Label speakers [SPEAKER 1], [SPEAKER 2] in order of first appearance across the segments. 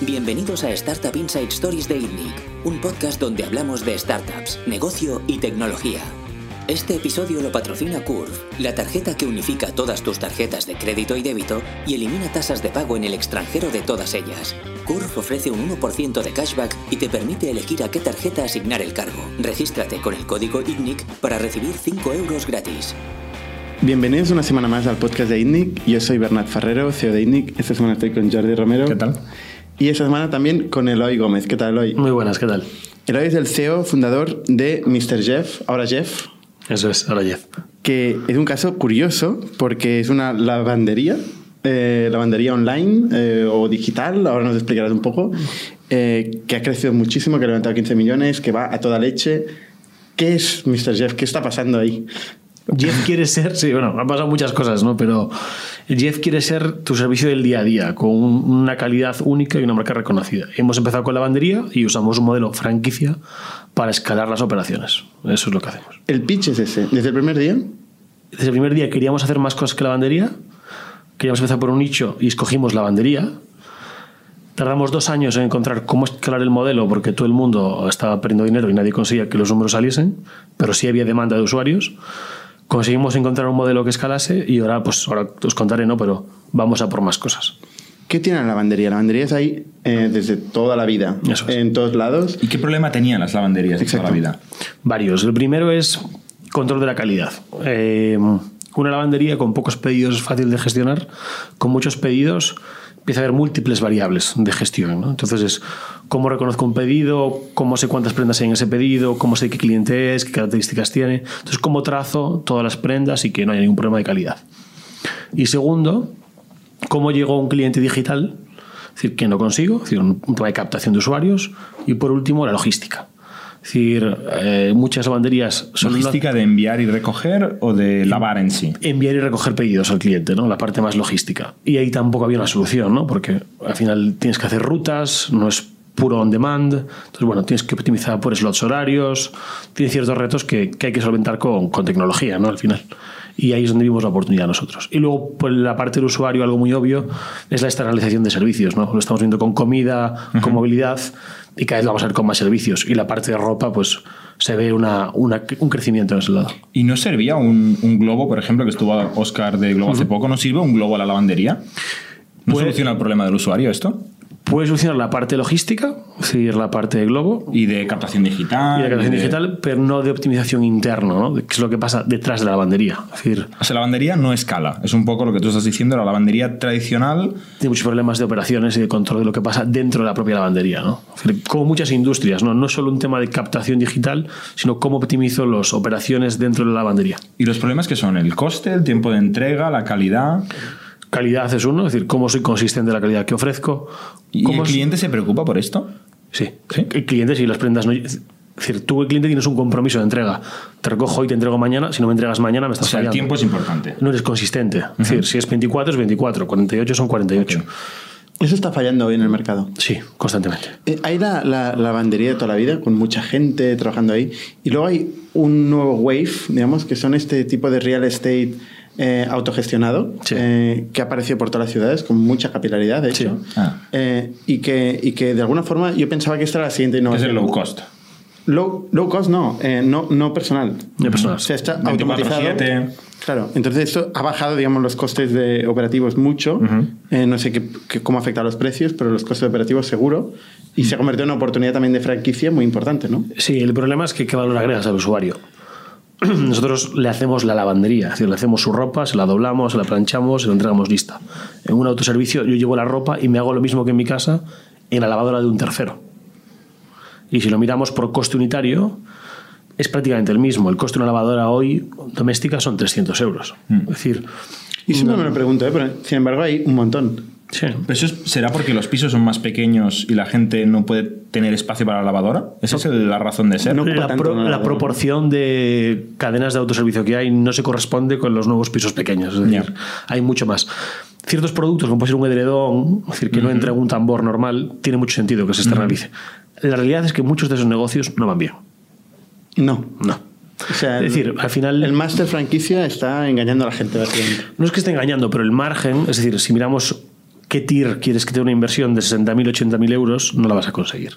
[SPEAKER 1] Bienvenidos a Startup Inside Stories de ITNIC, un podcast donde hablamos de startups, negocio y tecnología. Este episodio lo patrocina Curve, la tarjeta que unifica todas tus tarjetas de crédito y débito y elimina tasas de pago en el extranjero de todas ellas. Curve ofrece un 1% de cashback y te permite elegir a qué tarjeta asignar el cargo. Regístrate con el código ITNIC para recibir 5 euros gratis.
[SPEAKER 2] Bienvenidos una semana más al podcast de ITNIC. Yo soy Bernat Ferrero, CEO de ITNIC. Esta semana estoy con Jordi Romero.
[SPEAKER 3] ¿Qué tal?
[SPEAKER 2] Y esta semana también con Eloy Gómez. ¿Qué tal, Eloy?
[SPEAKER 3] Muy buenas, ¿qué tal?
[SPEAKER 2] Eloy es el CEO fundador de Mr. Jeff, ahora Jeff,
[SPEAKER 3] Eso es, ahora Jeff.
[SPEAKER 2] que es un caso curioso porque es una lavandería, eh, lavandería online eh, o digital, ahora nos explicarás un poco, eh, que ha crecido muchísimo, que ha levantado 15 millones, que va a toda leche. ¿Qué es Mr. Jeff? ¿Qué está pasando ahí?
[SPEAKER 3] Jeff quiere ser, sí, bueno, han pasado muchas cosas, ¿no? Pero Jeff quiere ser tu servicio del día a día, con un- una calidad única y una marca reconocida. Hemos empezado con lavandería y usamos un modelo franquicia para escalar las operaciones. Eso es lo que hacemos.
[SPEAKER 2] El pitch es ese, desde el primer día.
[SPEAKER 3] Desde el primer día queríamos hacer más cosas que lavandería, queríamos empezar por un nicho y escogimos lavandería. Tardamos dos años en encontrar cómo escalar el modelo porque todo el mundo estaba perdiendo dinero y nadie conseguía que los números saliesen, pero sí había demanda de usuarios. Conseguimos encontrar un modelo que escalase y ahora, pues ahora os contaré, ¿no? Pero vamos a por más cosas.
[SPEAKER 2] ¿Qué tiene la lavandería? La lavandería es ahí eh, desde toda la vida,
[SPEAKER 3] Eso es.
[SPEAKER 2] en todos lados.
[SPEAKER 4] ¿Y qué problema tenían las lavanderías de toda la
[SPEAKER 2] Exacto.
[SPEAKER 4] vida?
[SPEAKER 3] Varios. El primero es control de la calidad. Eh, una lavandería con pocos pedidos es fácil de gestionar, con muchos pedidos empieza a haber múltiples variables de gestión. ¿no? Entonces es cómo reconozco un pedido, cómo sé cuántas prendas hay en ese pedido, cómo sé qué cliente es, qué características tiene. Entonces cómo trazo todas las prendas y que no haya ningún problema de calidad. Y segundo, cómo llegó un cliente digital, es decir, que no consigo, es decir, un problema de captación de usuarios. Y por último, la logística. Es decir, eh, muchas lavanderías son
[SPEAKER 4] ¿Logística de enviar y recoger o de lavar en sí?
[SPEAKER 3] enviar y recoger pedidos al cliente, ¿no? La parte más logística. Y ahí tampoco había una solución, ¿no? Porque al final tienes que hacer rutas, no es puro on demand. Entonces, bueno, tienes que optimizar por slots horarios. Tiene ciertos retos que, que hay que solventar con, con tecnología, ¿no? Al final. Y ahí es donde vimos la oportunidad nosotros. Y luego, por la parte del usuario, algo muy obvio, es la externalización de servicios, ¿no? Lo estamos viendo con comida, con movilidad, y cada vez lo vamos a ver con más servicios. Y la parte de ropa, pues se ve una, una- un crecimiento en ese lado.
[SPEAKER 4] ¿Y no servía un, un globo, por ejemplo, que estuvo Oscar de Globo hace poco? ¿No sirve un globo a la lavandería? ¿No
[SPEAKER 3] Puede-
[SPEAKER 4] soluciona el problema del usuario esto?
[SPEAKER 3] Puedes solucionar la parte logística, es decir, la parte de globo
[SPEAKER 4] Y de captación digital.
[SPEAKER 3] y la creación
[SPEAKER 4] de-
[SPEAKER 3] digital, pero no de optimización interna, ¿no? que es lo que pasa detrás de la lavandería. Es decir,
[SPEAKER 4] O sea, la lavandería no escala. Es un poco lo que tú estás diciendo. La lavandería tradicional
[SPEAKER 3] tiene muchos problemas de operaciones y de control de lo que pasa dentro de la propia lavandería. ¿no? Es decir, como muchas industrias, ¿no? no es solo un tema de captación digital, sino cómo optimizo las operaciones dentro de la lavandería.
[SPEAKER 4] y los problemas que son el coste, el tiempo de entrega, la calidad.
[SPEAKER 3] Calidad es uno, es decir, cómo soy consistente en la calidad que ofrezco.
[SPEAKER 4] ¿Y
[SPEAKER 3] cómo
[SPEAKER 4] el
[SPEAKER 3] es-
[SPEAKER 4] cliente se preocupa por esto?
[SPEAKER 3] Sí, El cliente, si las prendas no. Es decir, tú, el cliente, tienes un compromiso de entrega. Te recojo hoy, te entrego mañana. Si no me entregas mañana, me
[SPEAKER 4] O
[SPEAKER 3] estás
[SPEAKER 4] sea, el
[SPEAKER 3] fallando.
[SPEAKER 4] tiempo es importante.
[SPEAKER 3] no eres consistente. Es decir, si es 24 es 24, 48 son 48.
[SPEAKER 2] Eso está fallando hoy en el mercado.
[SPEAKER 3] Sí, constantemente.
[SPEAKER 2] Eh, Hay la, la lavandería de toda la vida, con mucha gente trabajando ahí. Y luego hay un nuevo wave, digamos, que son este tipo de real estate eh, autogestionado,
[SPEAKER 3] Sí.
[SPEAKER 2] eh, que ha aparecido por todas las ciudades, con mucha capilaridad, de hecho.
[SPEAKER 3] Sí.
[SPEAKER 4] Ah.
[SPEAKER 2] Eh, y, que, y que de alguna forma yo pensaba que esta era la siguiente
[SPEAKER 4] Es
[SPEAKER 2] innovación.
[SPEAKER 4] el low cost.
[SPEAKER 2] Low, low cost no, eh, no, no personal.
[SPEAKER 3] De personas.
[SPEAKER 2] O sea, está
[SPEAKER 4] 24/7.
[SPEAKER 2] automatizado. Claro, entonces esto ha bajado, digamos, los costes de operativos mucho.
[SPEAKER 4] Ujú.
[SPEAKER 2] Eh, no sé qué, qué- cómo afecta a los precios, pero los costes operativos seguro. Y se ha convertido en una oportunidad también de franquicia muy importante, ¿no?
[SPEAKER 3] Sí, el problema es que qué valor agregas al usuario. Nosotros le hacemos la lavandería, es decir, le hacemos su ropa, se la doblamos, se la planchamos, se la entregamos lista. En un autoservicio yo llevo la ropa y me hago lo mismo que en mi casa en la lavadora de un tercero. Y si lo miramos por coste unitario, es prácticamente el mismo. El coste de una lavadora hoy doméstica son 300 euros. Es decir,
[SPEAKER 2] Y siempre me lo pregunto, ¿eh? pero sin embargo hay un montón.
[SPEAKER 3] sí.
[SPEAKER 4] Pero ¿Eso es- será porque los pisos son más pequeños y la gente no puede tener espacio para la lavadora? ¿Esa es la razón de ser?
[SPEAKER 2] No. ocupa
[SPEAKER 3] la,
[SPEAKER 2] tanto ¿eh?
[SPEAKER 3] pro-
[SPEAKER 2] una
[SPEAKER 3] la
[SPEAKER 2] lavadora.
[SPEAKER 3] proporción de cadenas de autoservicio que hay no se corresponde con los nuevos pisos pequeños. Es decir,
[SPEAKER 4] Ya.
[SPEAKER 3] hay mucho más. Ciertos productos, como puede ser un edredón, es decir, que no entra en un tambor normal, tiene mucho sentido que se externalice. La realidad es que muchos de esos negocios no van bien.
[SPEAKER 2] No.
[SPEAKER 3] No.
[SPEAKER 2] O sea,
[SPEAKER 3] Es decir, al final-
[SPEAKER 2] El máster franquicia está engañando a la gente, básicamente.
[SPEAKER 3] No es que esté engañando, pero el margen, es decir, si miramos qué TIR quieres que te dé una inversión de 60.000, 80.000 euros, no la vas a conseguir.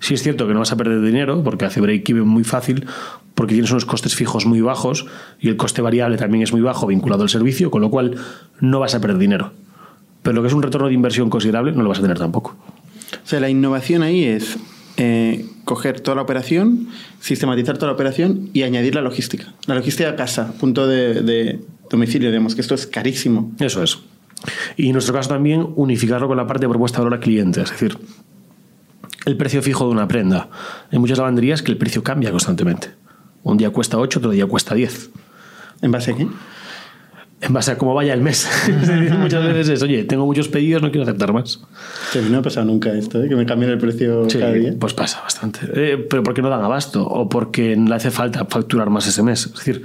[SPEAKER 3] Sí es cierto que no vas a perder dinero porque hace break-even muy fácil, porque tienes unos costes fijos muy bajos y el coste variable también es muy bajo vinculado al servicio, con lo cual no vas a perder dinero. Pero lo que es un retorno de inversión considerable no lo vas a tener tampoco.
[SPEAKER 2] O sea, la innovación ahí es eh, coger toda la operación, sistematizar toda la operación y añadir la logística. La logística a casa, punto de, de domicilio, digamos, que esto es carísimo.
[SPEAKER 3] Eso es. Y en nuestro caso también unificarlo con la parte de propuesta de valor al cliente, es decir, el precio fijo de una prenda. Hay muchas lavanderías que el precio cambia constantemente. Un día cuesta 8, otro día cuesta 10.
[SPEAKER 2] ¿En base a qué?
[SPEAKER 3] En base a cómo vaya el mes. Es decir, muchas veces es, oye, tengo muchos pedidos, no quiero aceptar más.
[SPEAKER 2] Que a mí no ha pasado nunca esto, ¿eh? que me cambien el precio
[SPEAKER 3] Sí,
[SPEAKER 2] cada día.
[SPEAKER 3] pues pasa bastante. Eh, pero porque no dan abasto o porque le hace falta facturar más ese mes. Es decir,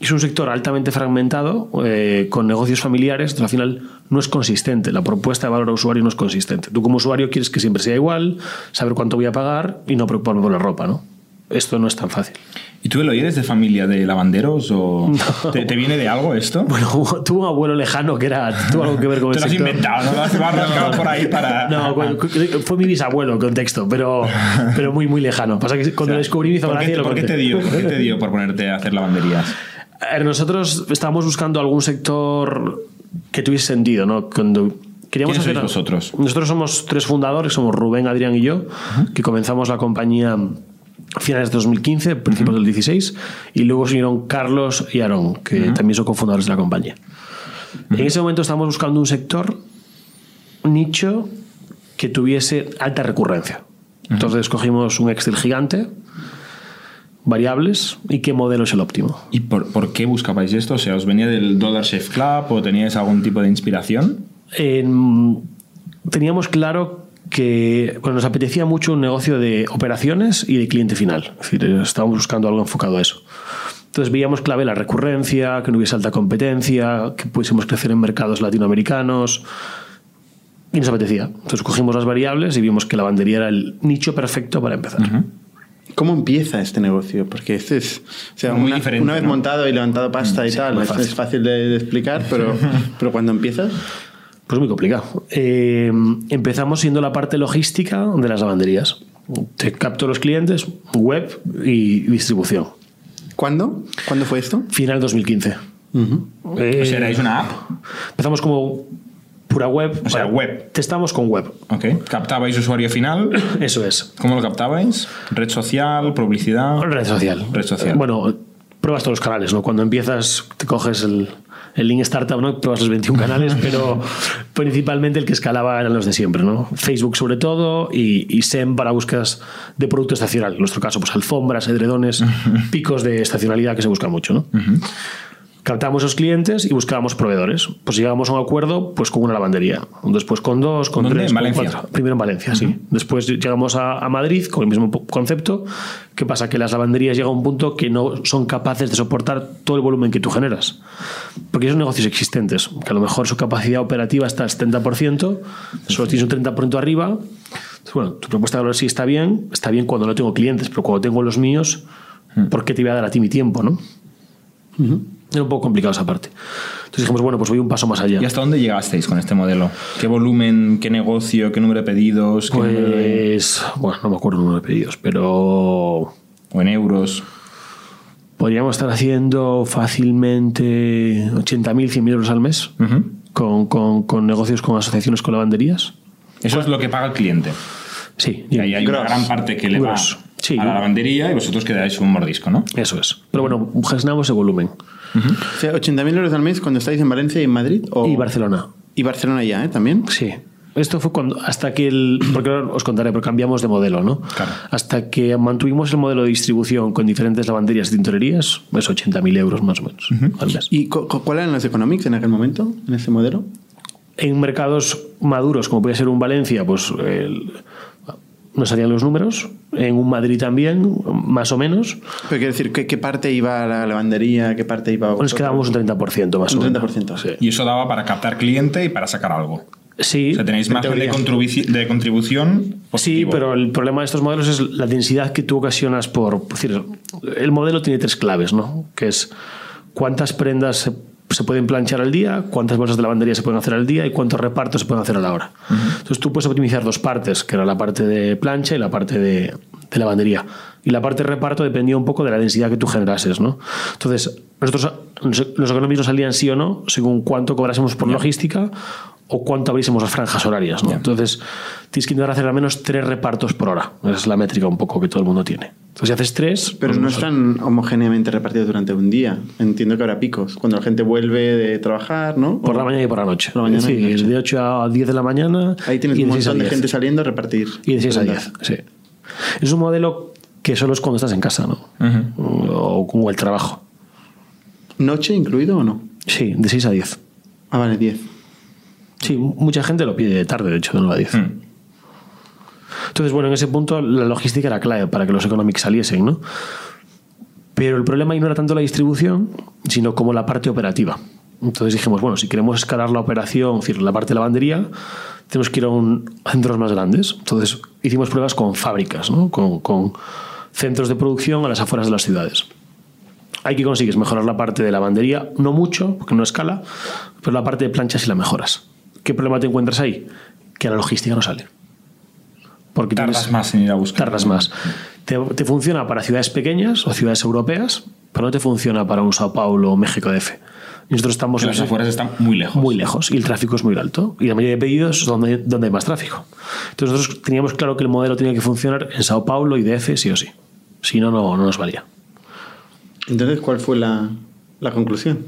[SPEAKER 3] es un sector altamente fragmentado eh, con negocios familiares, pero al final no es consistente. La propuesta de valor a usuario no es consistente. Tú como usuario quieres que siempre sea igual, saber cuánto voy a pagar y no preocuparme por la ropa, ¿no? Esto no es tan fácil.
[SPEAKER 4] ¿Y tú, Eloy, eres de familia de lavanderos o ¿Te, te viene de algo esto?
[SPEAKER 3] Bueno, hubo- tuvo un abuelo lejano que era tuvo algo que ver con
[SPEAKER 4] te
[SPEAKER 3] el
[SPEAKER 4] lo has
[SPEAKER 3] sector.
[SPEAKER 4] inventado, ¿no? Te lo has rascado por ahí para...
[SPEAKER 3] No, cu- cu- fue mi bisabuelo el contexto, pero, pero muy, muy lejano. Pasa que cuando lo descubrí me hizo
[SPEAKER 4] ¿Por
[SPEAKER 3] gracia y
[SPEAKER 4] qué,
[SPEAKER 3] lo
[SPEAKER 4] por qué
[SPEAKER 3] conté.
[SPEAKER 4] te dio, por qué te dio por ponerte a hacer lavanderías?
[SPEAKER 3] A ver, Eh, Nosotros estábamos buscando algún sector que tuviese sentido, ¿no? Cuando queríamos
[SPEAKER 4] ¿Quiénes
[SPEAKER 3] hacer
[SPEAKER 4] sois vosotros?
[SPEAKER 3] Nosotros somos tres fundadores, somos Rubén, Adrián y yo, que comenzamos la compañía a finales de 2015, principios del 16, y luego se unieron Carlos y Aaron, que también son cofundadores de la compañía. En ese momento estábamos buscando un sector un nicho que tuviese alta recurrencia. Entonces cogimos un Excel gigante, variables y qué modelo es el óptimo.
[SPEAKER 4] ¿Y por, por qué buscabais esto? O sea, ¿os venía del Dollar Chef Club o teníais algún tipo de inspiración?
[SPEAKER 3] en- teníamos claro que bueno, nos apetecía mucho un negocio de operaciones y de cliente final. Es decir, eh, estábamos buscando algo enfocado a eso. Entonces veíamos clave la recurrencia, que no hubiese alta competencia, que pudiésemos crecer en mercados latinoamericanos. Y nos apetecía. Entonces cogimos las variables y vimos que la lavandería era el nicho perfecto para empezar.
[SPEAKER 2] ¿Cómo empieza este negocio? Porque este es. O sea,
[SPEAKER 4] Muy
[SPEAKER 2] una,
[SPEAKER 4] diferente,
[SPEAKER 2] una vez
[SPEAKER 4] ¿no?
[SPEAKER 2] montado y levantado pasta y tal,
[SPEAKER 3] muy
[SPEAKER 2] es-
[SPEAKER 3] fácil.
[SPEAKER 2] es fácil de, de explicar, pero, pero cuando empiezas.
[SPEAKER 3] Pues muy complicado. Eh, empezamos siendo la parte logística de las lavanderías. Te capto los clientes, web y distribución.
[SPEAKER 2] ¿Cuándo? ¿Cuándo fue esto?
[SPEAKER 3] Final 2015. Eh,
[SPEAKER 4] O sea, ¿erais una app?
[SPEAKER 3] empezamos como pura web.
[SPEAKER 4] O sea,
[SPEAKER 3] Vale,
[SPEAKER 4] web.
[SPEAKER 3] Testamos con web.
[SPEAKER 4] Ok. ¿Captabais usuario final?
[SPEAKER 3] Eso es.
[SPEAKER 4] ¿Cómo lo captabais? ¿Red social? ¿Publicidad?
[SPEAKER 3] Red social.
[SPEAKER 4] Red social.
[SPEAKER 3] Bueno, pruebas todos los canales, ¿no? Cuando empiezas, te coges el, el Lean Startup, ¿no? Pruebas los 21 canales, pero principalmente el que escalaba eran los de siempre, ¿no? Facebook sobre todo y, y SEM para búsquedas de producto estacional. En nuestro caso, pues alfombras, edredones, picos de estacionalidad que se busca mucho, ¿no? Captamos los clientes y buscábamos proveedores. Pues llegamos a un acuerdo pues con una lavandería, después con dos, con
[SPEAKER 4] ¿Dónde?
[SPEAKER 3] tres,
[SPEAKER 4] ¿En
[SPEAKER 3] con
[SPEAKER 4] Valencia?
[SPEAKER 3] cuatro. Primero en Valencia, sí. Después llegamos a, a Madrid con el mismo po- concepto. ¿Qué pasa? Que las lavanderías llega a un punto que no son capaces de soportar todo el volumen que tú generas. Porque son negocios existentes, que a lo mejor su capacidad operativa está al 70%, solo tienes un 30% arriba. Entonces, bueno, tu propuesta de valor sí está bien, está bien cuando no tengo clientes, pero cuando tengo los míos, ¿por qué te voy a dar a ti mi tiempo, no? Era un poco complicado esa parte. Entonces dijimos, bueno, pues voy un paso más allá.
[SPEAKER 4] ¿Y hasta dónde llegasteis con este modelo? ¿Qué volumen, qué negocio, qué número de pedidos? qué número de-
[SPEAKER 3] Pues, bueno, no me acuerdo el número de pedidos, pero
[SPEAKER 4] ¿O en euros?
[SPEAKER 3] podríamos estar haciendo fácilmente 80.000, 100.000 euros al mes
[SPEAKER 4] Ujú.
[SPEAKER 3] con, con- con negocios, con asociaciones, con lavanderías.
[SPEAKER 4] Eso es lo que paga el cliente.
[SPEAKER 3] Sí,
[SPEAKER 4] Y ahí hay
[SPEAKER 2] Gross.
[SPEAKER 4] una gran parte que le va
[SPEAKER 3] Gross. Sí.
[SPEAKER 4] a la lavandería y vosotros quedáis un mordisco, ¿no?
[SPEAKER 3] eso es. Pero bueno, gestionamos ese volumen.
[SPEAKER 2] O sea, 80.000 euros al mes cuando estáis en Valencia y en Madrid. O...
[SPEAKER 3] Y Barcelona,
[SPEAKER 2] Y Barcelona ya, ¿eh? También.
[SPEAKER 3] sí. Esto fue cuando, hasta que el. Porque ahora os contaré, pero cambiamos de modelo, ¿no?
[SPEAKER 4] Claro.
[SPEAKER 3] Hasta que mantuvimos el modelo de distribución con diferentes lavanderías y tintorerías, es 80.000 euros más o menos al mes.
[SPEAKER 2] ¿Y cu- cu- cuáles eran los economics en aquel momento, en ese modelo?
[SPEAKER 3] en mercados maduros, como puede ser un Valencia, pues el- nos salían los números. En un Madrid también, más o menos.
[SPEAKER 2] Pero quiero decir, ¿qué, qué parte iba a la lavandería? ¿Qué parte iba a
[SPEAKER 3] Nos
[SPEAKER 2] vosotros?
[SPEAKER 3] quedábamos un 30% más
[SPEAKER 2] Un
[SPEAKER 3] o menos.
[SPEAKER 2] 30%.
[SPEAKER 3] Sí.
[SPEAKER 4] Y eso daba para captar cliente y para sacar algo.
[SPEAKER 3] Sí,
[SPEAKER 4] O sea, tenéis margen de, contribuci- de contribución.
[SPEAKER 3] sí,
[SPEAKER 4] positivo.
[SPEAKER 3] pero el problema de estos modelos es la densidad que tú ocasionas por... por decir, el modelo tiene tres claves, ¿no? Que es cuántas prendas se se pueden planchar al día, cuántas bolsas de lavandería se pueden hacer al día y cuántos repartos se pueden hacer a la hora. Entonces tú puedes optimizar dos partes, que era la parte de plancha y la parte de, de lavandería. Y la parte de reparto dependía un poco de la densidad que tú generases. ¿no? Entonces, nosotros nos- los economistas nos salían sí o no según cuánto cobrásemos por logística o cuánto abriésemos las franjas horarias. ¿no? Entonces, tienes que intentar hacer al menos tres repartos por hora. Esa es la métrica un poco que todo el mundo tiene. Entonces, si haces tres...
[SPEAKER 2] Pero
[SPEAKER 3] pues,
[SPEAKER 2] no están homogéneamente repartidos durante un día. Entiendo que habrá picos. Cuando la gente vuelve de trabajar, ¿no?
[SPEAKER 3] Por
[SPEAKER 2] O-
[SPEAKER 3] la mañana y por la noche.
[SPEAKER 2] Por la mañana
[SPEAKER 3] sí,
[SPEAKER 2] y noche.
[SPEAKER 3] de 8 a 10 de la mañana.
[SPEAKER 2] Ahí tienes
[SPEAKER 3] y
[SPEAKER 2] un
[SPEAKER 3] de 6 a
[SPEAKER 2] montón de
[SPEAKER 3] 10.
[SPEAKER 2] gente saliendo a repartir.
[SPEAKER 3] Y de 6 a
[SPEAKER 2] prendas.
[SPEAKER 3] 10, sí. Es un modelo que solo es cuando estás en casa, ¿no? o, o el trabajo.
[SPEAKER 2] ¿Noche incluido o no?
[SPEAKER 3] Sí, de 6 a 10.
[SPEAKER 2] Ah, vale, 10.
[SPEAKER 3] Sí, mucha gente lo pide tarde, de hecho, de 9 a 10.
[SPEAKER 2] Hmm.
[SPEAKER 4] Mm.
[SPEAKER 3] Entonces, bueno, en ese punto la logística era clave para que los economics saliesen, ¿no? Pero el problema ahí no era tanto la distribución, sino como la parte operativa. Entonces dijimos, bueno, si queremos escalar la operación, es decir, la parte de lavandería, tenemos que ir a, un, a centros más grandes. Entonces hicimos pruebas con fábricas, ¿no? con, con centros de producción a las afueras de las ciudades. Hay que consigues mejorar la parte de lavandería, no mucho, porque no escala, pero la parte de planchas sí la mejoras. ¿Qué problema te encuentras ahí? Que la logística no sale. Porque
[SPEAKER 4] Tardas
[SPEAKER 3] tienes-
[SPEAKER 4] más en ir a buscar.
[SPEAKER 3] tardas más. Te, te funciona para ciudades pequeñas o ciudades europeas, pero no te funciona para un Sao Paulo o México DF. Y Nosotros estamos
[SPEAKER 4] Que las
[SPEAKER 3] en-
[SPEAKER 4] afueras están muy lejos.
[SPEAKER 3] Pues, muy lejos y el tráfico es muy alto. Y la mayoría de pedidos es donde, donde hay más tráfico. Entonces nosotros teníamos claro que el modelo tenía que funcionar en Sao Paulo y DF sí o sí. Si no, no, no nos valía.
[SPEAKER 2] Entonces, ¿cuál fue la, la conclusión?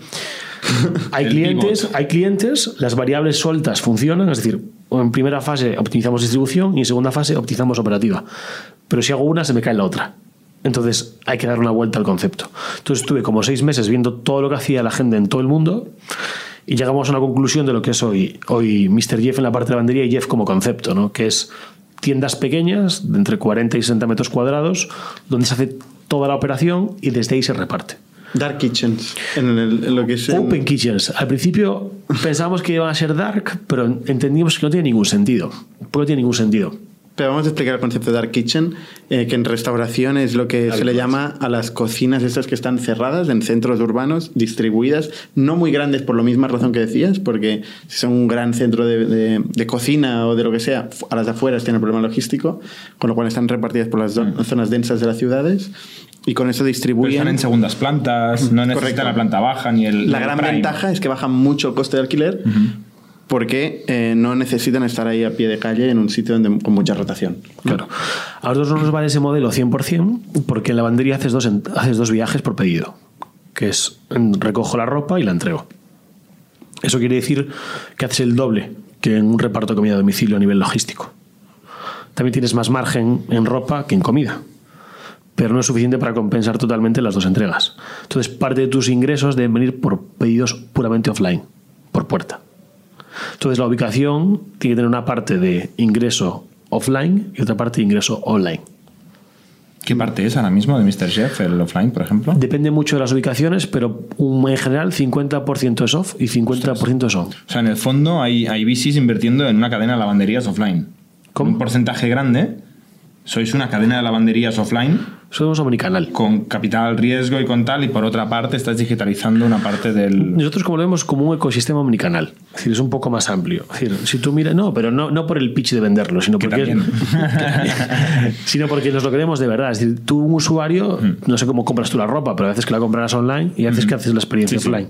[SPEAKER 3] Hay
[SPEAKER 4] El
[SPEAKER 3] clientes,
[SPEAKER 4] pivot.
[SPEAKER 3] hay clientes, las variables sueltas funcionan, es decir, en primera fase optimizamos distribución y en segunda fase optimizamos operativa. Pero si hago una, se me cae la otra. Entonces hay que dar una vuelta al concepto. Entonces estuve como seis meses viendo todo lo que hacía la gente en todo el mundo y llegamos a una conclusión de lo que es hoy, hoy Mr. Jeff en la parte de lavandería y Jeff como concepto, ¿no? que es tiendas pequeñas de entre 40 y 60 metros cuadrados donde se hace toda la operación y desde ahí se reparte.
[SPEAKER 2] Dark Kitchens. En, el- en lo que es. en-
[SPEAKER 3] Open Kitchens. Al principio pensábamos que iban a ser dark, pero entendimos que no tiene ningún sentido. Porque no tiene ningún sentido.
[SPEAKER 2] Pero vamos a explicar el concepto de Dark Kitchen, eh, que en restauración es lo que se le llama a las cocinas estas que están cerradas en centros urbanos, distribuidas, no muy grandes por la misma razón que decías, porque si son un gran centro de, de- de cocina o de lo que sea, a las afueras tienen problema logístico, con lo cual están repartidas por las zo- zonas densas de las ciudades y con eso
[SPEAKER 4] Mm. Pero
[SPEAKER 2] distribuyen.
[SPEAKER 4] están en segundas plantas, no necesitan
[SPEAKER 2] Correcto.
[SPEAKER 4] la planta baja ni el.
[SPEAKER 2] La
[SPEAKER 4] ni el
[SPEAKER 2] gran
[SPEAKER 4] prime.
[SPEAKER 2] ventaja es que bajan mucho el coste de alquiler porque eh, no necesitan estar ahí a pie de calle en un sitio donde, con mucha rotación.
[SPEAKER 3] Claro. A nosotros no nos vale ese modelo 100% porque en la lavandería haces dos, en- haces dos viajes por pedido. Que es en- recojo la ropa y la entrego. Eso quiere decir que haces el doble que en un reparto de comida a domicilio a nivel logístico. También tienes más margen en ropa que en comida. pero no es suficiente para compensar totalmente las dos entregas. Entonces, parte de tus ingresos deben venir por pedidos puramente offline, por puerta. Entonces, la ubicación tiene que tener una parte de ingreso offline y otra parte de ingreso online.
[SPEAKER 4] ¿Qué parte es ahora mismo de Mr. Chef, el offline, por ejemplo?
[SPEAKER 3] Depende mucho de las ubicaciones, pero un- en general 50% es off y 50% es on.
[SPEAKER 4] O sea, en el fondo hay, hay VCs invirtiendo en una cadena de lavanderías offline.
[SPEAKER 3] ¿Cómo?
[SPEAKER 4] Con un porcentaje grande, sois una cadena de lavanderías offline
[SPEAKER 3] Somos omnicanal.
[SPEAKER 4] con capital riesgo y con tal, y por otra parte estás digitalizando una parte del...
[SPEAKER 3] Nosotros como lo vemos como un ecosistema omnicanal, es decir, es un poco más amplio. Es decir, si tú miras, no, pero no, no por el pitch de venderlo, sino porque,
[SPEAKER 4] también.
[SPEAKER 3] sino porque nos lo queremos de verdad. Es decir, tú un usuario,
[SPEAKER 4] Mm.
[SPEAKER 3] no sé cómo compras tú la ropa, pero a veces que la comprarás online y a veces que haces la experiencia
[SPEAKER 4] Sí, sí.
[SPEAKER 3] offline.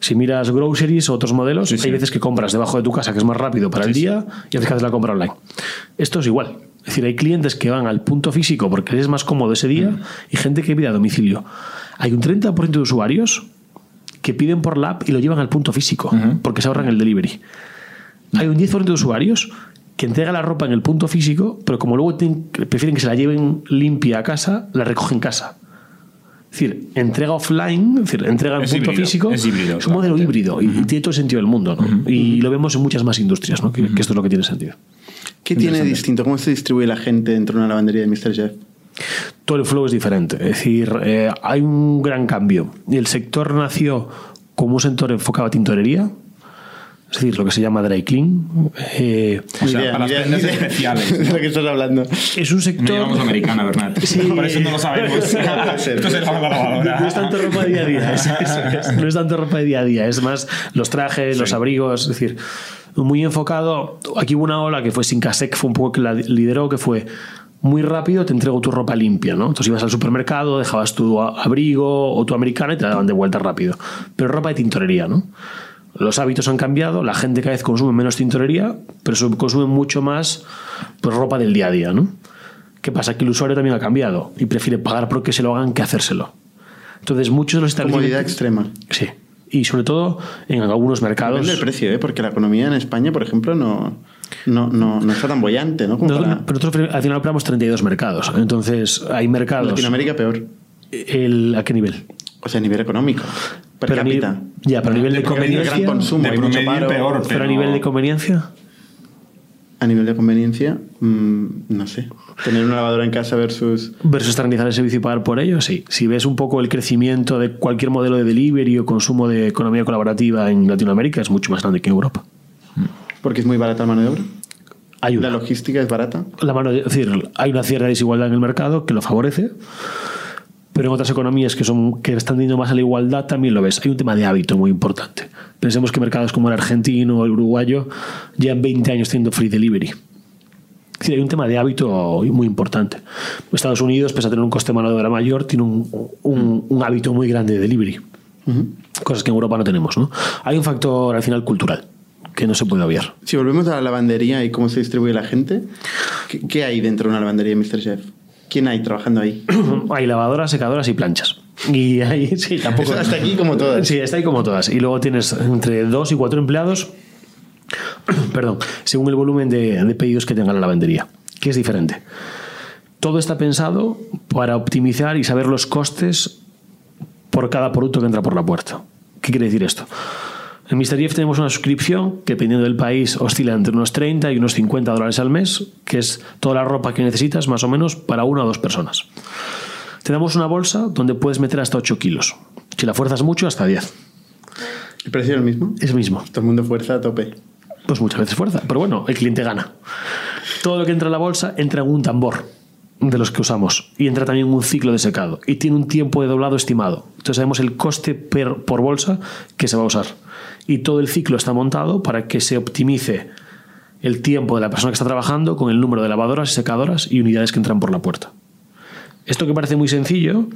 [SPEAKER 3] Si miras groceries o otros modelos,
[SPEAKER 4] Sí,
[SPEAKER 3] hay
[SPEAKER 4] sí.
[SPEAKER 3] veces que compras debajo de tu casa, que es más rápido para el día, y haces que haces la compra online. Esto es igual. Es decir, hay clientes que van al punto físico porque es más cómodo ese
[SPEAKER 4] Mm.
[SPEAKER 3] día y gente que pide a domicilio. Hay un 30% de usuarios que piden por la app y lo llevan al punto físico porque se ahorran el delivery. Hay un 10% de usuarios que entrega la ropa en el punto físico, pero como luego tienen- prefieren que se la lleven limpia a casa, la recogen en casa. Es decir, entrega offline, es decir, entrega en
[SPEAKER 4] Es
[SPEAKER 3] punto
[SPEAKER 4] híbrido,
[SPEAKER 3] físico.
[SPEAKER 4] es híbrido,
[SPEAKER 3] un modelo
[SPEAKER 4] claramente.
[SPEAKER 3] híbrido y, y tiene todo el sentido del mundo. ¿no? Y lo vemos en muchas más industrias, ¿no? que, que esto es lo que tiene sentido.
[SPEAKER 2] ¿Qué tiene distinto? ¿Cómo se distribuye la gente dentro de una lavandería de Mr. Jeff?
[SPEAKER 3] todo el flow es diferente. Es decir, eh, hay un gran cambio. El sector nació como un sector enfocado a tintorería. es decir, lo que se llama dry clean. Eh,
[SPEAKER 4] O sea, para las prendas especiales.
[SPEAKER 2] de lo que estás hablando.
[SPEAKER 3] es un
[SPEAKER 4] Pues No
[SPEAKER 3] sector...
[SPEAKER 4] llevamos americana, Bernat. Por eso no lo sabemos.
[SPEAKER 2] ser.
[SPEAKER 4] Esto es el lado de la lavadora.
[SPEAKER 3] No es tanto ropa de día a día. es- es- es- no es tanto ropa de día a día. Es más los trajes, los abrigos. Es decir, muy enfocado. Aquí hubo una ola que fue sin casec, fue un poco que la lideró, que fue muy rápido, te entrego tu ropa limpia, ¿no? Entonces ibas al supermercado, dejabas tu a- abrigo o tu americana y te la daban de vuelta rápido. Pero ropa de tintorería, ¿no? Los hábitos han cambiado, la gente cada vez consume menos tintorería, pero su- consume mucho más pues, ropa del día a día, ¿no? ¿Qué pasa? Que el usuario también ha cambiado y prefiere pagar porque se lo hagan que hacérselo. Entonces, muchos de los
[SPEAKER 2] Comodidad
[SPEAKER 3] establecimientos.
[SPEAKER 2] extrema.
[SPEAKER 3] Sí. Y sobre todo en algunos mercados.
[SPEAKER 2] Depende del precio, ¿eh? porque la economía en España, por ejemplo, no, no, no, no está tan bollante, ¿no? Como
[SPEAKER 3] Nosotros,
[SPEAKER 2] para
[SPEAKER 3] pero nosotros al final operamos 32 mercados. Entonces, hay mercados.
[SPEAKER 2] Latinoamérica peor.
[SPEAKER 3] El, ¿A qué nivel?
[SPEAKER 2] O sea, a nivel económico. Per
[SPEAKER 3] Pero a ni-
[SPEAKER 2] cápita.
[SPEAKER 3] ya, pero a nivel de,
[SPEAKER 4] De promedio,
[SPEAKER 3] conveniencia.
[SPEAKER 2] gran consumo,
[SPEAKER 4] de
[SPEAKER 2] hay mucho
[SPEAKER 4] promedio
[SPEAKER 2] paro,
[SPEAKER 4] peor,
[SPEAKER 2] pero
[SPEAKER 3] pero a nivel de conveniencia.
[SPEAKER 2] A nivel de conveniencia, mm, no sé. Tener una lavadora en casa versus.
[SPEAKER 3] versus externalizar el servicio y pagar por ello, sí. Si ves un poco el crecimiento de cualquier modelo de delivery o consumo de economía colaborativa en Latinoamérica, es mucho más grande que en Europa.
[SPEAKER 2] Porque es muy barata la mano de obra. La
[SPEAKER 3] Ayuda.
[SPEAKER 2] logística es barata.
[SPEAKER 3] La mano, es decir, hay una cierta desigualdad en el mercado que lo favorece, pero en otras economías que, son, que están teniendo más a la igualdad también lo ves. Hay un tema de hábito muy importante. Pensemos que mercados como el argentino o el uruguayo llevan 20 años teniendo free delivery. Es decir, hay un tema de hábito muy importante. Estados Unidos, pese a tener un coste de mano de obra mayor, tiene un, un- un hábito muy grande de delivery. Cosas que en Europa no tenemos. ¿no? Hay un factor al final cultural que no se puede obviar.
[SPEAKER 2] Si volvemos a la lavandería y cómo se distribuye la gente, ¿qué, qué hay dentro de una lavandería, Mr. Chef? ¿Quién hay trabajando ahí?
[SPEAKER 3] hay lavadoras, secadoras y planchas. Y ahí sí, tampoco.
[SPEAKER 2] Eso hasta aquí como todas.
[SPEAKER 3] Sí, está ahí como todas. Y luego tienes entre dos y cuatro empleados, perdón, según el volumen de, de pedidos que tenga la lavandería, que es diferente. Todo está pensado para optimizar y saber los costes por cada producto que entra por la puerta. ¿Qué quiere decir esto? En Mr. Jeff tenemos una suscripción que dependiendo del país oscila entre unos 30 y unos 50 dólares al mes, que es toda la ropa que necesitas más o menos para una o dos personas. Te damos una bolsa donde puedes meter hasta 8 kilos. Si la fuerzas mucho, hasta 10.
[SPEAKER 2] ¿El precio es el mismo?
[SPEAKER 3] Es mismo.
[SPEAKER 2] Todo el mundo fuerza a tope.
[SPEAKER 3] Pues muchas veces fuerza. Pero bueno, el cliente gana. Todo lo que entra en la bolsa entra en un tambor de los que usamos y entra también en un ciclo de secado y tiene un tiempo de doblado estimado. Entonces sabemos el coste per- por bolsa que se va a usar. Y todo el ciclo está montado para que se optimice el tiempo de la persona que está trabajando con el número de lavadoras, secadoras y unidades que entran por la puerta. Esto que parece muy sencillo,